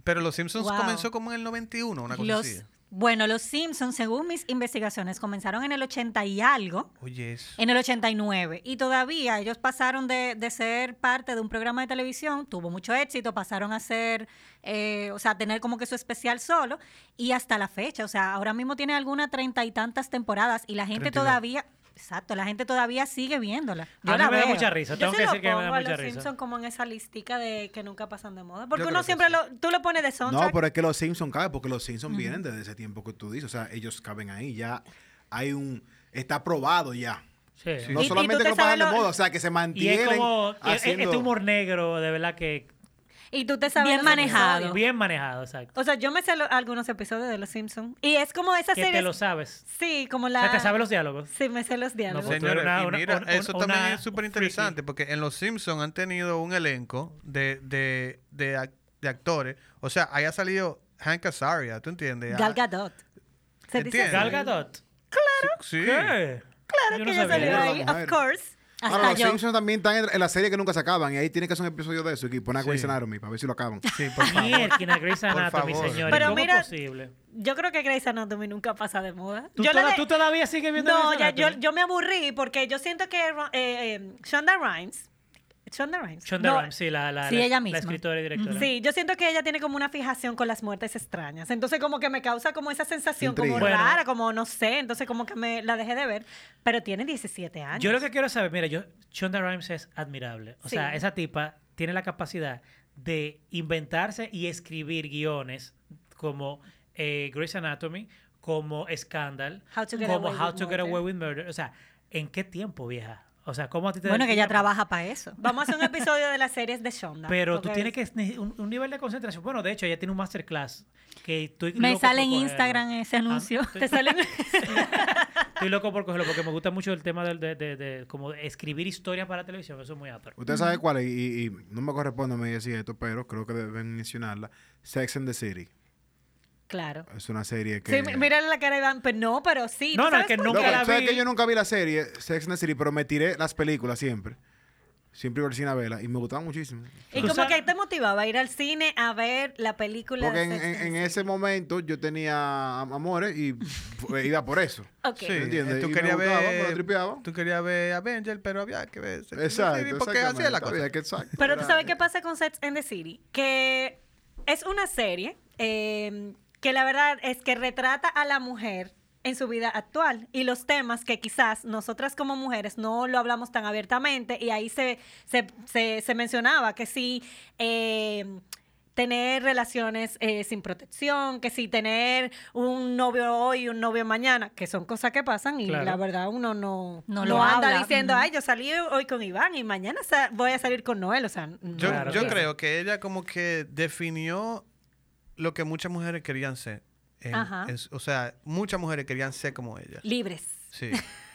Speaker 6: Pero Los Simpsons
Speaker 7: Wow.
Speaker 6: comenzó como en el 91, una cosa
Speaker 7: Los,
Speaker 6: así.
Speaker 7: bueno, los Simpsons, según mis investigaciones, comenzaron en el 80 y algo,
Speaker 6: Oye, eso.
Speaker 7: en el 89. Y todavía ellos pasaron de, de ser parte de un programa de televisión, tuvo mucho éxito, pasaron a ser, eh, o sea, tener como que su especial solo. Y hasta la fecha, o sea, ahora mismo tiene alguna treinta y tantas temporadas y la gente
Speaker 6: 32.
Speaker 7: todavía. Exacto, la gente todavía sigue viéndola. Yo
Speaker 4: a mí
Speaker 7: la
Speaker 4: me da
Speaker 7: veo.
Speaker 4: mucha risa,
Speaker 3: Yo
Speaker 4: tengo
Speaker 3: sí
Speaker 4: que
Speaker 3: lo
Speaker 4: decir que me
Speaker 3: pongo
Speaker 4: da
Speaker 3: a
Speaker 4: mucha
Speaker 3: los
Speaker 4: risa.
Speaker 3: Simpsons como en esa listica de que nunca pasan de moda, porque
Speaker 5: creo
Speaker 3: uno
Speaker 5: que
Speaker 3: siempre
Speaker 5: sí.
Speaker 3: lo, tú lo pones de
Speaker 5: No,
Speaker 3: soundtrack.
Speaker 5: pero es que los Simpsons caben, porque los Simpsons vienen desde ese tiempo que tú dices. O sea, ellos caben ahí. Ya hay un. Está probado ya.
Speaker 4: Sí.
Speaker 6: Sí.
Speaker 5: No
Speaker 3: Y- y tú
Speaker 5: solamente
Speaker 3: te
Speaker 5: que no pasan de
Speaker 3: sabes lo-
Speaker 5: moda, o sea, que se
Speaker 4: Y
Speaker 5: mantienen.
Speaker 4: es como. es- es-
Speaker 5: haciendo...
Speaker 4: Este humor negro, de verdad que.
Speaker 3: y tú te sabes
Speaker 7: Bien
Speaker 3: los
Speaker 7: manejado.
Speaker 3: episodios.
Speaker 4: Bien manejado, exacto.
Speaker 3: O sea, yo me sé lo- algunos episodios de Los Simpsons. Y es como esa
Speaker 4: Que
Speaker 3: serie.
Speaker 4: te lo sabes.
Speaker 3: Sí, como
Speaker 4: O
Speaker 3: la.
Speaker 4: sea, te sabes los diálogos.
Speaker 3: Sí, me sé los diálogos.
Speaker 4: pues, tú
Speaker 6: Señores,
Speaker 4: eres una-
Speaker 6: y
Speaker 4: una-
Speaker 6: mira,
Speaker 4: un-
Speaker 6: eso
Speaker 4: un-
Speaker 6: también
Speaker 4: una
Speaker 6: es súper interesante porque en Los Simpsons han tenido un elenco de, de, de, ac- de actores. O sea, ahí ha salido Hank Azaria, ¿tú entiendes?
Speaker 3: Gal
Speaker 6: Ah,
Speaker 3: Gadot. ¿Se dice
Speaker 6: Entiendo.
Speaker 3: así?
Speaker 4: pues, Gal Gadot.
Speaker 6: Ah, Sí.
Speaker 4: ¿Qué?
Speaker 3: Claro
Speaker 4: Yo
Speaker 3: que
Speaker 4: no
Speaker 3: ella
Speaker 4: sabía.
Speaker 3: salió
Speaker 5: Mierda,
Speaker 3: ahí, of
Speaker 5: mujer.
Speaker 3: course.
Speaker 7: Hasta
Speaker 5: Ahora, los
Speaker 7: yo.
Speaker 5: Simpsons también están en, en la serie que nunca se acaban. Y ahí tiene que hacer un episodio de eso. Y poner a Grey's
Speaker 6: Sí.
Speaker 5: Anatomy para ver si lo acaban.
Speaker 6: Sí, por favor.
Speaker 4: Mierda, Grey's Anatomy,
Speaker 6: favor.
Speaker 4: señores.
Speaker 3: Pero
Speaker 4: ¿Cómo
Speaker 3: mira-
Speaker 4: es posible?
Speaker 3: Yo creo que Grey's Anatomy nunca pasa de moda.
Speaker 4: ¿Tú,
Speaker 3: Yo la
Speaker 4: toda-
Speaker 3: de-
Speaker 4: tú todavía sigues viendo
Speaker 3: No,
Speaker 4: Grey's
Speaker 3: ya, yo,
Speaker 4: Anatomy?
Speaker 3: yo me aburrí porque yo siento que Ro- eh, eh, Shonda Rhimes. Shonda Rhimes.
Speaker 4: Shonda
Speaker 3: no,
Speaker 4: Rhimes, sí, la, la,
Speaker 7: Sí,
Speaker 4: la-
Speaker 7: ella
Speaker 4: la
Speaker 7: misma.
Speaker 4: escritora y directora.
Speaker 3: Sí, yo siento que ella tiene como una fijación con las muertes extrañas. Entonces, como que me causa como esa sensación como
Speaker 5: Intriga.
Speaker 4: Bueno.
Speaker 3: rara, como no sé. Entonces, como que me la dejé de ver. Pero tiene 17 años.
Speaker 4: Yo lo que quiero saber, mira, yo Shonda Rhimes es admirable. O
Speaker 3: Sí.
Speaker 4: sea, esa tipa tiene la capacidad de inventarse y escribir guiones como eh, Grey's Anatomy, como Scandal,
Speaker 7: How to Get
Speaker 4: como
Speaker 7: Away
Speaker 4: How
Speaker 7: with
Speaker 4: to Get
Speaker 7: Murder.
Speaker 4: Away with Murder. O sea, ¿en qué tiempo, vieja? O sea, ¿cómo a ti te da
Speaker 7: Bueno,
Speaker 4: el
Speaker 7: que ella
Speaker 4: tiempo?
Speaker 7: trabaja para eso.
Speaker 3: Vamos a hacer un episodio de las series de Shonda.
Speaker 4: Pero tú
Speaker 3: porque
Speaker 4: tienes que ne- un, un nivel de concentración. Bueno, de hecho, ella tiene un masterclass que estoy
Speaker 7: Me
Speaker 4: loco
Speaker 7: sale
Speaker 4: por
Speaker 7: en
Speaker 4: cogerlo.
Speaker 7: Instagram ese anuncio.
Speaker 4: Ah,
Speaker 7: [LAUGHS] Te
Speaker 4: estoy,
Speaker 7: sale
Speaker 4: [LAUGHS]
Speaker 7: en-
Speaker 4: estoy loco por cogerlo porque me gusta mucho el tema del- de, de- de- como de escribir historias para televisión. Eso es muy apro.
Speaker 5: Usted sabe cuál es, y, y- y no me corresponde a mí decir esto, pero creo que deben mencionarla. Sex and the City.
Speaker 7: Claro.
Speaker 5: Es una serie que...
Speaker 3: Sí, mi- mírale la cara a Iván. Pero no, pero sí.
Speaker 4: No,
Speaker 3: ¿Tú
Speaker 4: no,
Speaker 3: sabes
Speaker 4: que
Speaker 3: por
Speaker 4: no
Speaker 5: Loco,
Speaker 4: nunca la
Speaker 5: ¿sabes
Speaker 4: vi.
Speaker 5: que yo nunca vi la serie Sex and the City, pero me tiré las películas siempre. Siempre iba al cine a verla y me gustaban muchísimo.
Speaker 3: Y
Speaker 4: Tú
Speaker 3: como
Speaker 4: sabes-
Speaker 3: que te motivaba a ir al cine a ver la película.
Speaker 5: Porque en,
Speaker 3: de Sex
Speaker 5: en-
Speaker 3: and
Speaker 5: en
Speaker 3: the
Speaker 5: ese momento yo tenía am- amores y f- iba por eso.
Speaker 3: Ok.
Speaker 6: Sí,
Speaker 5: ¿Me entiendes?
Speaker 6: tú
Speaker 5: Y me
Speaker 6: querías
Speaker 5: gustaba,
Speaker 6: ver.
Speaker 5: me la tripeaba.
Speaker 6: Tú querías ver Avenger, pero había que ver. Sex and the City,
Speaker 5: Exacto.
Speaker 6: Porque así es la
Speaker 5: exactamente.
Speaker 6: cosa.
Speaker 5: Había que- exacto.
Speaker 3: Pero tú
Speaker 5: Era-
Speaker 3: sabes qué pasa con Sex and the City, que es una serie eh, que la verdad es que retrata a la mujer en su vida actual y los temas que quizás nosotras como mujeres no lo hablamos tan abiertamente y ahí se, se, se- se mencionaba que sí. eh, tener relaciones eh, sin protección, que sí, tener un novio hoy y un novio mañana, que son cosas que pasan y
Speaker 4: Claro.
Speaker 3: la verdad uno no,
Speaker 7: No
Speaker 3: no,
Speaker 7: lo
Speaker 3: anda
Speaker 7: habla.
Speaker 3: diciendo,
Speaker 7: Ujú.
Speaker 3: ay, yo salí hoy con Iván y mañana sa- voy a salir con Noel, o sea, no.
Speaker 6: Yo,
Speaker 4: Claro,
Speaker 6: yo
Speaker 4: claro.
Speaker 6: creo que ella como que definió lo que muchas mujeres querían ser. En-
Speaker 3: Ajá.
Speaker 6: en su- o sea, muchas mujeres querían ser como ella.
Speaker 3: libres.
Speaker 6: Sí.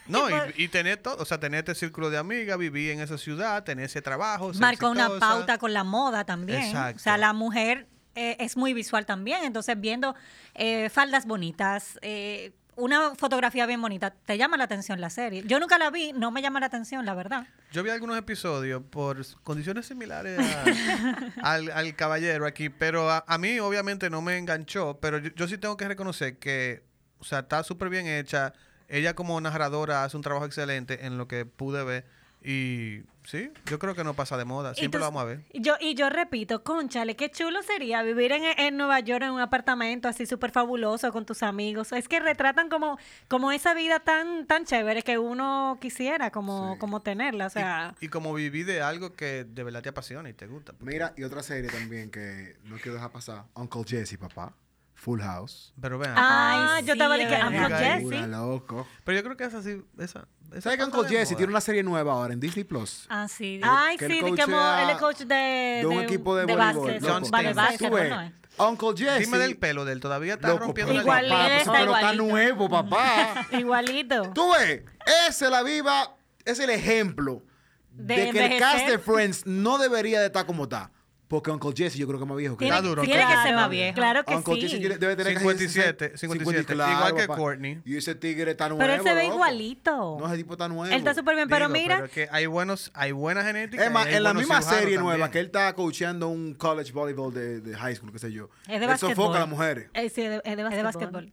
Speaker 6: No, y, y tener todo, o sea, tener este círculo de amigas, vivir en esa ciudad, tener ese trabajo. ser
Speaker 7: Marcó una
Speaker 6: exitosa.
Speaker 7: pauta con la moda también. O sea,
Speaker 6: Exacto.
Speaker 7: la mujer eh, es muy visual también. Entonces, viendo eh, faldas bonitas, eh, una fotografía bien bonita, te llama la atención la serie. Yo nunca la vi, no me llama la atención, la verdad.
Speaker 6: Yo vi algunos episodios por s- condiciones similares a- al, al caballero aquí, pero a, a mí obviamente no me enganchó, pero yo, yo sí tengo que reconocer que, o sea, está súper bien hecha. Ella como narradora hace un trabajo excelente en lo que pude ver y sí, yo creo que no pasa de moda,
Speaker 3: Y
Speaker 6: siempre
Speaker 3: tú-
Speaker 6: lo vamos a ver.
Speaker 3: Yo, y yo repito, conchale, qué chulo sería vivir en, en Nueva York en un apartamento así súper fabuloso con tus amigos. Es que retratan como, como esa vida tan, tan chévere que uno quisiera como,
Speaker 5: Sí.
Speaker 3: como tenerla. O sea,
Speaker 6: Y, y como viví de algo que de verdad te apasiona y te gusta. porque-
Speaker 5: Mira, y otra serie también que no quiero dejar pasar. Uncle Jesse, papá. Full House.
Speaker 6: Pero vean.
Speaker 3: ah,
Speaker 7: Ay,
Speaker 3: yo
Speaker 7: sí,
Speaker 3: estaba de
Speaker 7: es
Speaker 3: que
Speaker 7: verdad.
Speaker 3: Uncle
Speaker 5: Figura,
Speaker 3: Jesse.
Speaker 5: loco.
Speaker 6: Pero yo creo que esa sí, esa. esa
Speaker 5: ¿Sabes que
Speaker 6: pasa
Speaker 5: Uncle
Speaker 6: de
Speaker 5: Jesse
Speaker 6: moda.
Speaker 5: tiene una serie nueva ahora en Disney Plus?
Speaker 7: Ah, sí.
Speaker 3: Ay,
Speaker 5: que el
Speaker 3: sí, de
Speaker 5: coach
Speaker 3: que mo-
Speaker 5: era
Speaker 3: el coach de,
Speaker 5: de un equipo de voleibol,
Speaker 3: básquet.
Speaker 6: loco.
Speaker 7: Vale, básquet,
Speaker 5: Tú ves,
Speaker 7: bueno, eh.
Speaker 5: Uncle Jesse.
Speaker 6: Dime del pelo de él, todavía está
Speaker 5: Loco,
Speaker 6: rompiendo
Speaker 5: pero
Speaker 6: la
Speaker 3: Igual
Speaker 5: papá,
Speaker 3: él
Speaker 5: pero
Speaker 3: está
Speaker 5: pero está
Speaker 3: igualito.
Speaker 5: nuevo, papá.
Speaker 3: Igualito.
Speaker 5: Tú ves, esa es la viva, es el ejemplo de,
Speaker 7: De
Speaker 5: que el cast de
Speaker 7: envejecer.
Speaker 5: Friends no debería de estar como está. Porque Uncle Jesse yo creo que es más viejo que
Speaker 6: Está
Speaker 5: él.
Speaker 6: duro.
Speaker 7: tiene que
Speaker 6: claro.
Speaker 7: ser más viejo.
Speaker 3: Claro que
Speaker 5: Uncle
Speaker 3: sí.
Speaker 5: Jesse tiene- debe tener casi
Speaker 6: 57,
Speaker 5: 60,
Speaker 6: 57, igual que Courtney.
Speaker 5: Y ese tigre está nuevo.
Speaker 3: Pero él se ve
Speaker 5: loco.
Speaker 3: igualito.
Speaker 5: No, ese tipo está nuevo.
Speaker 3: Él está súper bien, pero
Speaker 6: Digo,
Speaker 3: mira,
Speaker 6: pero que hay buenos, hay buena genética.
Speaker 5: Es más,
Speaker 6: y hay
Speaker 5: en la
Speaker 6: buenos
Speaker 5: misma
Speaker 6: cirujanos
Speaker 5: serie
Speaker 6: también.
Speaker 5: nueva que él está coacheando un college volleyball de, de high school, qué sé yo.
Speaker 7: Es de
Speaker 5: él sofoca
Speaker 7: basquetbol.
Speaker 5: a las mujeres.
Speaker 3: eh, sí, es de, es de
Speaker 7: Es de
Speaker 3: básquetbol.
Speaker 7: básquetbol.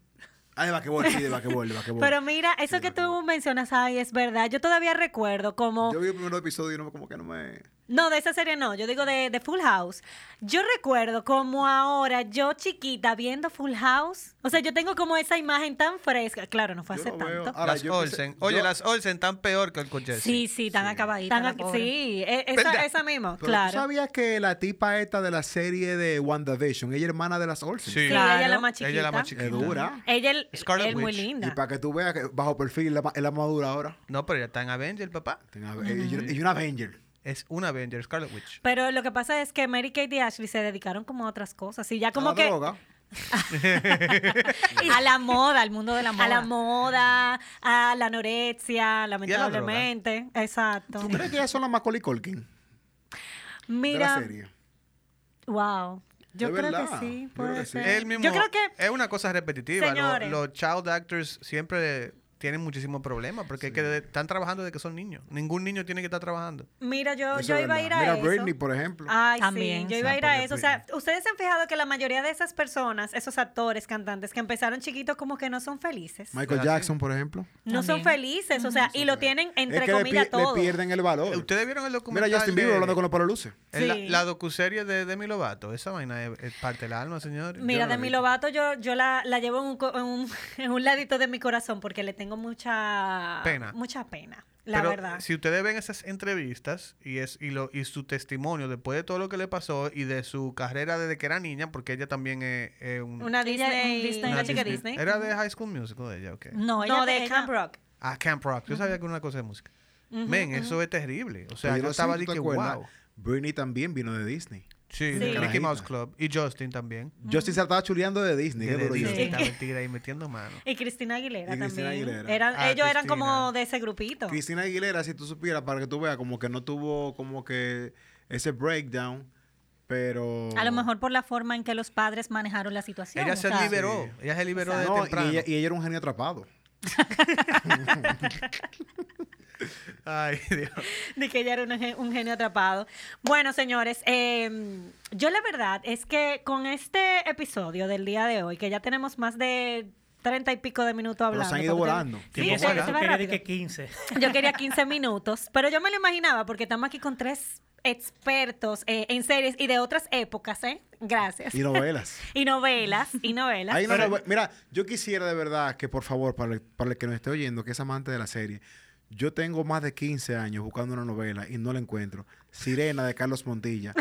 Speaker 5: Ah, de basquetbol, sí, de basquetbol,
Speaker 3: [LAUGHS]
Speaker 5: de basquetbol.
Speaker 3: Pero mira, eso que tú mencionas, ay, es verdad. Yo todavía recuerdo como...
Speaker 5: Yo vi el primer episodio y no, como que no me...
Speaker 3: No, de esa serie no, yo digo de, de Full House. Yo recuerdo como ahora, yo chiquita, viendo Full House. O sea, yo tengo como esa imagen tan fresca. Claro, no fue
Speaker 5: Yo
Speaker 3: hace
Speaker 5: lo veo Ah,
Speaker 3: tanto.
Speaker 5: Ahora,
Speaker 6: las
Speaker 5: yo empecé-
Speaker 6: Olsen. Oye,
Speaker 5: yo-
Speaker 6: las Olsen están peor que Uncle Jesse.
Speaker 7: Sí, sí, tan acabaditas.
Speaker 3: Tan
Speaker 7: la
Speaker 3: ac-
Speaker 7: pobre.
Speaker 3: sí, e-
Speaker 6: ¿Verdad?
Speaker 3: esa, esa misma,
Speaker 5: Pero
Speaker 3: claro.
Speaker 5: ¿tú sabías que la tipa esta de la serie de WandaVision, ella es hermana de las Olsen.
Speaker 6: Sí.
Speaker 3: Sí,
Speaker 7: Claro.
Speaker 3: ella es la más chiquita.
Speaker 6: Ella es la más chiquita.
Speaker 5: Es dura.
Speaker 3: Ella el-
Speaker 6: Scarlet
Speaker 3: es muy
Speaker 6: Witch.
Speaker 5: Y
Speaker 3: Ah, linda.
Speaker 5: para que tú veas que bajo perfil la ma- es la más dura ahora.
Speaker 6: No, pero ya está en Avenger, papá.
Speaker 5: Tenga- eh, Y una- y una Avenger.
Speaker 6: Es una Avenger, Scarlet Witch.
Speaker 3: Pero lo que pasa es que Mary Kate y Ashley se dedicaron como a otras cosas. Y ya como
Speaker 5: A la
Speaker 3: que
Speaker 5: droga.
Speaker 7: A la moda, al mundo de la moda.
Speaker 3: a la moda, a la anorexia, lamentablemente. Exacto.
Speaker 5: ¿Tú crees que ellas son las Macaulay Culkin de la
Speaker 3: Mira,
Speaker 5: serie?
Speaker 3: wow. Yo
Speaker 5: De
Speaker 3: creo que
Speaker 5: verdad,
Speaker 3: sí,
Speaker 5: Eh, yo creo
Speaker 3: puede
Speaker 5: que sí.
Speaker 3: ser.
Speaker 6: Es el mismo-
Speaker 3: Yo creo que
Speaker 6: es una cosa repetitiva. Lo-
Speaker 3: Señores.
Speaker 6: los child actors siempre tienen muchísimos problemas porque es que de- están trabajando desde que son niños. Ningún niño tiene que estar trabajando.
Speaker 3: Mira, yo,
Speaker 5: Eso
Speaker 3: yo
Speaker 5: es
Speaker 3: iba a ir
Speaker 5: verdad.
Speaker 3: a
Speaker 5: Mira
Speaker 3: eso. Ah,
Speaker 5: Britney, por ejemplo.
Speaker 3: Ay,
Speaker 7: También.
Speaker 3: sí, yo
Speaker 7: O
Speaker 3: iba a
Speaker 5: sea,
Speaker 3: ir a
Speaker 5: porque
Speaker 3: eso. O
Speaker 5: Britney-
Speaker 3: sea, ustedes se han fijado que la mayoría de esas personas, esos actores, cantantes que empezaron chiquitos, como que no son felices.
Speaker 5: Michael
Speaker 6: Pero así-
Speaker 5: Jackson, por ejemplo.
Speaker 3: No son
Speaker 7: También.
Speaker 3: felices, o sea, y lo tienen entre
Speaker 5: es que le pi-
Speaker 3: comillas
Speaker 5: le,
Speaker 3: todo.
Speaker 5: pierden el valor.
Speaker 6: Eh, ¿Ustedes vieron el documental?
Speaker 5: Mira Justin Bieber
Speaker 6: de-
Speaker 5: hablando con los paraluces.
Speaker 6: el-
Speaker 3: Sí.
Speaker 6: La, la docuserie de Demi Lovato. Esa vaina es, es parte del alma, señor.
Speaker 3: Mira,
Speaker 5: no la
Speaker 3: de mi
Speaker 5: vi.
Speaker 3: [LAUGHS] Lovato yo, yo la, la llevo en un, co- en, un, en un ladito de mi corazón porque le tengo mucha
Speaker 6: Pena.
Speaker 3: Mucha pena, la
Speaker 6: Pero
Speaker 3: verdad.
Speaker 6: Si ustedes ven esas entrevistas y es y lo y su testimonio después de todo lo que le pasó y de su carrera desde que era niña, porque ella también es, es un-
Speaker 3: Una
Speaker 7: Ella-
Speaker 3: Disney,
Speaker 7: Disney.
Speaker 3: una
Speaker 7: Una
Speaker 3: chica
Speaker 7: Disney.
Speaker 3: Disney.
Speaker 6: Era de High School Musical de ella, ok.
Speaker 7: No, ella
Speaker 3: No, de
Speaker 7: ella-
Speaker 3: Camp Rock.
Speaker 6: Ah, Camp Rock. Yo sabía que era una cosa de música. Men, eso es terrible. O sea, yo
Speaker 5: Pero no sé
Speaker 6: estaba
Speaker 5: si
Speaker 6: de
Speaker 5: tú te
Speaker 6: que
Speaker 5: acuerdas,
Speaker 6: wow.
Speaker 5: Britney también vino de Disney.
Speaker 6: Sí,
Speaker 3: Sí.
Speaker 6: de Mickey
Speaker 5: Carajita.
Speaker 6: Mouse Club y Justin también.
Speaker 5: Justin se la estaba chuleando de Disney.
Speaker 6: Que
Speaker 5: qué
Speaker 6: de
Speaker 5: duro
Speaker 6: Disney
Speaker 5: Justin.
Speaker 6: está metida ahí metiendo mano.
Speaker 3: Y Cristina Aguilera
Speaker 5: Y
Speaker 3: también.
Speaker 5: Cristina Aguilera.
Speaker 3: Eran-
Speaker 6: Ah,
Speaker 3: ellos eran como
Speaker 6: Cristina.
Speaker 3: de ese grupito.
Speaker 5: Cristina Aguilera, si tú supieras, para que tú veas, como que no tuvo como que ese breakdown, pero...
Speaker 7: A lo mejor por la forma en que los padres manejaron la situación.
Speaker 6: Ella
Speaker 7: o
Speaker 6: se
Speaker 7: sea,
Speaker 6: liberó. Ella se liberó de
Speaker 5: No,
Speaker 6: temprano.
Speaker 5: y ella, y ella era un genio atrapado.
Speaker 6: Ay, [LAUGHS] Dios.
Speaker 3: de que ella era una gen- un, genio atrapado. Bueno, señores, eh, yo la verdad es que con este episodio del día de hoy, que ya tenemos más de treinta y pico de minutos
Speaker 5: Pero
Speaker 3: hablando.
Speaker 5: se han ido
Speaker 3: porque-
Speaker 5: volando.
Speaker 3: Sí,
Speaker 4: Y
Speaker 6: Tiempo
Speaker 3: se-
Speaker 4: eso,
Speaker 6: fuera.
Speaker 4: eso
Speaker 3: se va
Speaker 4: quería de
Speaker 3: rápido.
Speaker 4: que 15.
Speaker 3: Yo quería 15 minutos, pero yo me lo imaginaba porque estamos aquí con tres expertos eh, en series y de otras épocas, ¿eh?
Speaker 4: [LAUGHS]
Speaker 3: Gracias.
Speaker 5: Y novelas.
Speaker 3: Y novelas, y novelas.
Speaker 5: Hay una nove- Mira, yo quisiera de verdad que, por favor, para el, para el que nos esté oyendo, que es amante de la serie, yo tengo más de 15 años buscando una novela y no la encuentro. Sirena de
Speaker 4: [LAUGHS]
Speaker 5: Carlos Montilla.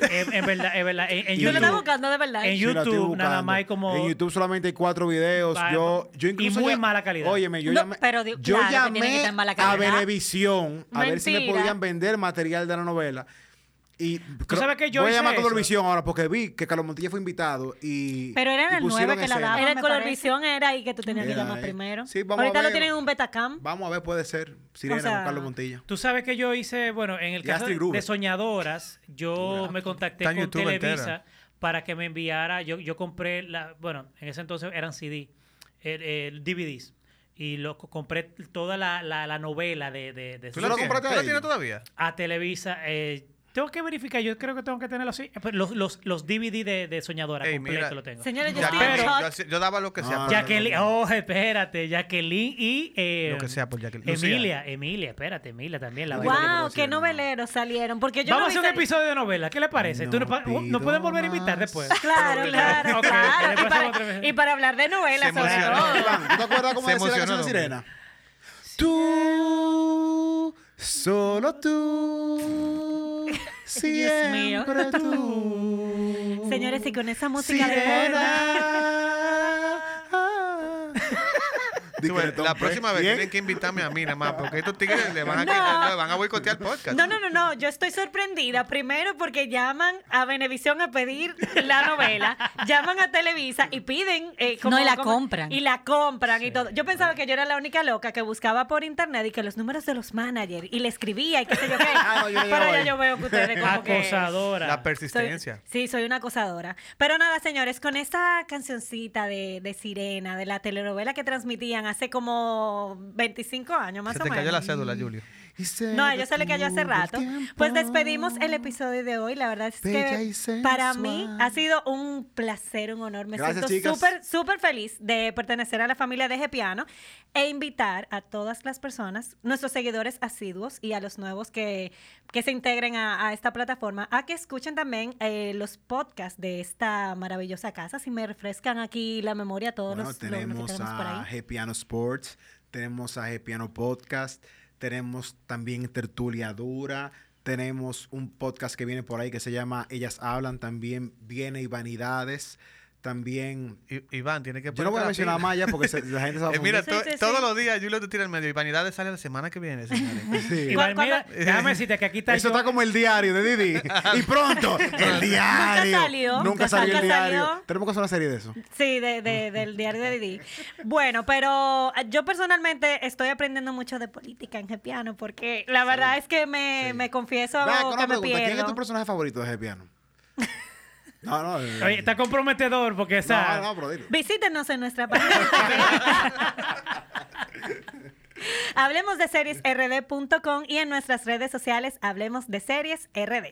Speaker 4: Es es verdad, es verdad. En, en
Speaker 5: Y
Speaker 3: Yo lo
Speaker 5: YouTube.
Speaker 3: estaba
Speaker 4: YouTube,
Speaker 3: buscando de verdad.
Speaker 4: En
Speaker 5: Sí, la estoy
Speaker 4: YouTube, nada
Speaker 5: buscando.
Speaker 4: más hay como-
Speaker 5: En YouTube solamente hay cuatro videos.
Speaker 4: Va-
Speaker 5: yo, yo
Speaker 4: y
Speaker 5: incluso
Speaker 4: muy
Speaker 5: ya-
Speaker 4: mala calidad.
Speaker 5: Óyeme, yo
Speaker 7: No,
Speaker 5: llamé,
Speaker 7: pero di-
Speaker 5: yo
Speaker 7: claro que tiene que
Speaker 5: llamé
Speaker 7: estar mala
Speaker 5: a
Speaker 7: calidad.
Speaker 5: Venevisión a ver si me
Speaker 3: Mentira.
Speaker 5: podían vender material de la novela. Y creo-
Speaker 4: sabes que yo
Speaker 5: voy a
Speaker 4: hice
Speaker 5: llamar a
Speaker 4: eso?
Speaker 5: Colorvisión ahora porque vi que Carlos Montilla fue invitado y
Speaker 7: Pero era en
Speaker 5: y
Speaker 7: el
Speaker 5: pusieron
Speaker 7: 9 que la
Speaker 5: escena.
Speaker 7: daban.
Speaker 3: Era el
Speaker 7: me
Speaker 3: Colorvisión, era ahí que tú tenías que
Speaker 5: Era
Speaker 3: llamar
Speaker 5: ahí.
Speaker 3: primero.
Speaker 5: Sí, vamos
Speaker 3: Ahorita
Speaker 5: a
Speaker 3: lo
Speaker 5: ver.
Speaker 3: tienen en un Betacam.
Speaker 5: Vamos a ver, puede ser. Sirena
Speaker 3: O sea,
Speaker 5: con Carlos Montilla.
Speaker 4: Tú sabes que yo hice, bueno, en el
Speaker 5: Y
Speaker 4: caso
Speaker 5: Astrid
Speaker 4: de
Speaker 5: Gruber.
Speaker 4: soñadoras, yo me contacté
Speaker 6: Está en
Speaker 4: con
Speaker 6: YouTube
Speaker 4: Televisa
Speaker 6: entera.
Speaker 4: para que me enviara, yo, yo compré, la, bueno, en ese entonces eran CD, el, el DVDs, y lo co- compré toda la, la, la novela de, de, de
Speaker 6: ¿Tú
Speaker 5: lo
Speaker 6: la
Speaker 4: Sirena.
Speaker 6: compraste?
Speaker 5: compraste a
Speaker 6: ¿Tú la
Speaker 5: ella?
Speaker 6: tienes todavía?
Speaker 4: a Televisa. eh, tengo que verificar, yo creo que tengo que tenerlo así. Eh, pero Los, los, los DVD de, de soñadora
Speaker 6: Ey,
Speaker 4: completo
Speaker 6: mira.
Speaker 4: lo tengo.
Speaker 3: Señores, yo
Speaker 6: Ya,
Speaker 3: estoy en
Speaker 6: Jacqueline,
Speaker 3: shock.
Speaker 6: yo, hacía- yo daba lo que sea.
Speaker 5: No,
Speaker 6: por-
Speaker 4: Jacqueline, oh, espérate, Jacqueline y...
Speaker 5: oh,
Speaker 4: eh,
Speaker 6: Lo que sea por Jacqueline. Lucía.
Speaker 4: Emilia, Emilia, espérate, Emilia también. La
Speaker 5: Guau,
Speaker 4: vaina.
Speaker 3: Wow,
Speaker 5: Bueno,
Speaker 3: qué
Speaker 5: sí, no.
Speaker 3: noveleros salieron. Porque yo
Speaker 4: Vamos
Speaker 3: no
Speaker 4: a hacer un
Speaker 3: vi sal-
Speaker 4: episodio de novela. ¿Qué le parece?
Speaker 5: No
Speaker 4: Tú no pa- oh,
Speaker 5: pido
Speaker 4: nos pueden volver a invitar
Speaker 5: más.
Speaker 4: después.
Speaker 3: [LAUGHS] Claro,
Speaker 4: Ok,
Speaker 3: claro,
Speaker 4: ok,
Speaker 3: claro.
Speaker 4: le
Speaker 3: Y
Speaker 4: pasamos
Speaker 3: para,
Speaker 4: otra vez.
Speaker 3: y para hablar de novelas,
Speaker 6: Se
Speaker 3: sobre
Speaker 6: emociona.
Speaker 3: todo.
Speaker 5: Iván, ¿tú te acuerdas cómo
Speaker 6: Ah. Se
Speaker 5: decía la canción de
Speaker 6: emocionó,
Speaker 5: Sirena? Tú, solo
Speaker 6: [LAUGHS]
Speaker 5: tú, siempre
Speaker 3: mío.
Speaker 5: tú.
Speaker 3: Señores, y con esa música de
Speaker 5: [LAUGHS]
Speaker 3: fondo.
Speaker 5: Sirena.
Speaker 6: Tú ves, la próxima vez tienen
Speaker 5: Bien.
Speaker 6: que invitarme a mí nada más, porque estos tigres le van
Speaker 3: [LAUGHS]
Speaker 6: a,
Speaker 3: No.
Speaker 6: quitar- le van a boicotear el podcast.
Speaker 3: No, no, no, no. Yo estoy sorprendida. Primero porque llaman a Venevisión a pedir la novela, llaman a Televisa y piden. eh,
Speaker 7: No, y la compran.
Speaker 3: Y la compran y todo. Yo pensaba que yo era la única loca que buscaba por internet y que los números de los managers y le escribía y qué sé yo qué.
Speaker 5: [LAUGHS] Ah, no, yo no llego
Speaker 3: Pero ya
Speaker 5: ahí.
Speaker 3: yo veo que ustedes como que-
Speaker 4: Acosadora.
Speaker 6: La
Speaker 3: soy-
Speaker 6: persistencia.
Speaker 3: sí, soy una acosadora. Pero nada, señores, con esta cancioncita de, de Sirena, de la telenovela que transmitían hace como 25 años más
Speaker 6: Se
Speaker 3: o
Speaker 6: te
Speaker 3: menos.
Speaker 6: cayó la cédula, Julio.
Speaker 3: No, a ellos se le cayó hace rato. Pues despedimos el episodio de hoy. La verdad es
Speaker 5: Bella
Speaker 3: que
Speaker 5: y sensual.
Speaker 3: para mí ha sido un placer, un honor. Me
Speaker 5: Gracias,
Speaker 3: siento
Speaker 5: chicas.
Speaker 3: súper, súper feliz de pertenecer a la familia de Gepiano e invitar a todas las personas, nuestros seguidores asiduos y a los nuevos que, que se integren a, a esta plataforma, a que escuchen también eh, los podcasts de esta maravillosa casa. Si me refrescan aquí la memoria, todos
Speaker 5: Bueno,
Speaker 3: los, los- los que
Speaker 5: tenemos
Speaker 3: tenemos por
Speaker 5: a
Speaker 3: ahí.
Speaker 5: Gepiano Sports, tenemos a Gepiano Podcast, tenemos también Tertulia Dura, tenemos un podcast que viene por ahí que se llama Ellas Hablan, también viene y Vanidades, también...
Speaker 6: I- Iván, tiene que
Speaker 5: Yo no voy a mencionar más ya porque se- la gente
Speaker 3: [LAUGHS]
Speaker 5: se va a
Speaker 6: Eh, mira,
Speaker 3: Sí,
Speaker 6: to-
Speaker 3: sí, sí.
Speaker 6: todos los días Julio te tira el medio y Vanidades sale la semana que
Speaker 3: [LAUGHS]
Speaker 6: viene, señores.
Speaker 5: confundir. Sí.
Speaker 4: Igual, mira,
Speaker 3: ¿Cuándo-
Speaker 4: déjame decirte que aquí está
Speaker 5: Eso
Speaker 4: yo.
Speaker 5: está como el diario de Didi.
Speaker 3: [LAUGHS]
Speaker 5: Y pronto, el diario.
Speaker 3: salió, nunca
Speaker 5: Nunca salió el
Speaker 3: salió.
Speaker 5: diario. Tenemos que hacer una serie de eso.
Speaker 3: Sí, de, de- del diario de Didi. Bueno, pero eh, yo personalmente estoy aprendiendo mucho de política en Gepiano porque la verdad es que me, me confieso
Speaker 5: Ve, con
Speaker 3: que
Speaker 5: una
Speaker 3: me
Speaker 5: pregunta, ¿Quién es
Speaker 3: pierdo.
Speaker 5: tu personaje favorito
Speaker 3: [LAUGHS]
Speaker 5: de Gepiano? No, no. eh,
Speaker 4: Oye, está comprometedor porque, o sea,
Speaker 5: No, no, pero dilo.
Speaker 3: Visítenos en
Speaker 5: [LAUGHS]
Speaker 3: nuestra página. Hablemos de series rd.com y en nuestras redes sociales Hablemos de series rd.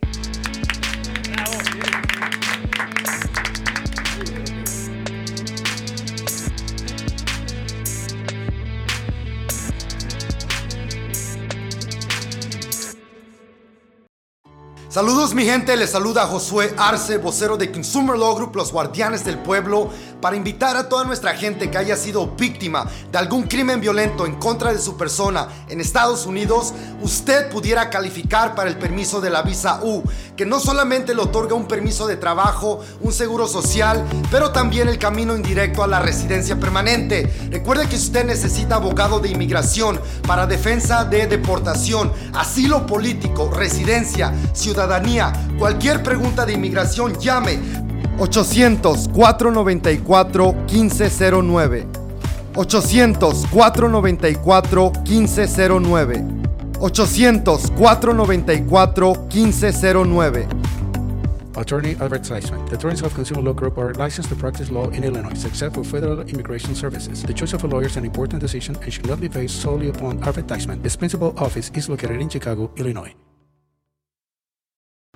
Speaker 1: Saludos mi gente, les saluda Josué Arce, vocero de Consumer Law Group, los guardianes del pueblo, para invitar a toda nuestra gente que haya sido víctima de algún crimen violento en contra de su persona en Estados Unidos, usted pudiera calificar para el permiso de la visa U, que no solamente le otorga un permiso de trabajo, un seguro social, pero también el camino indirecto a la residencia permanente. Recuerde que usted necesita abogado de inmigración para defensa de deportación, asilo político, residencia, ciudadanía, cualquier pregunta de inmigración, llame 800-494-1509. 800-494-1509. 800-494-1509.
Speaker 2: Attorney advertisement. The attorneys of Consumer Law Group are licensed to practice law in Illinois, except for federal immigration services. The choice of a lawyer is an important decision and should not be based solely upon advertisement. Its principal office is located in Chicago, Illinois.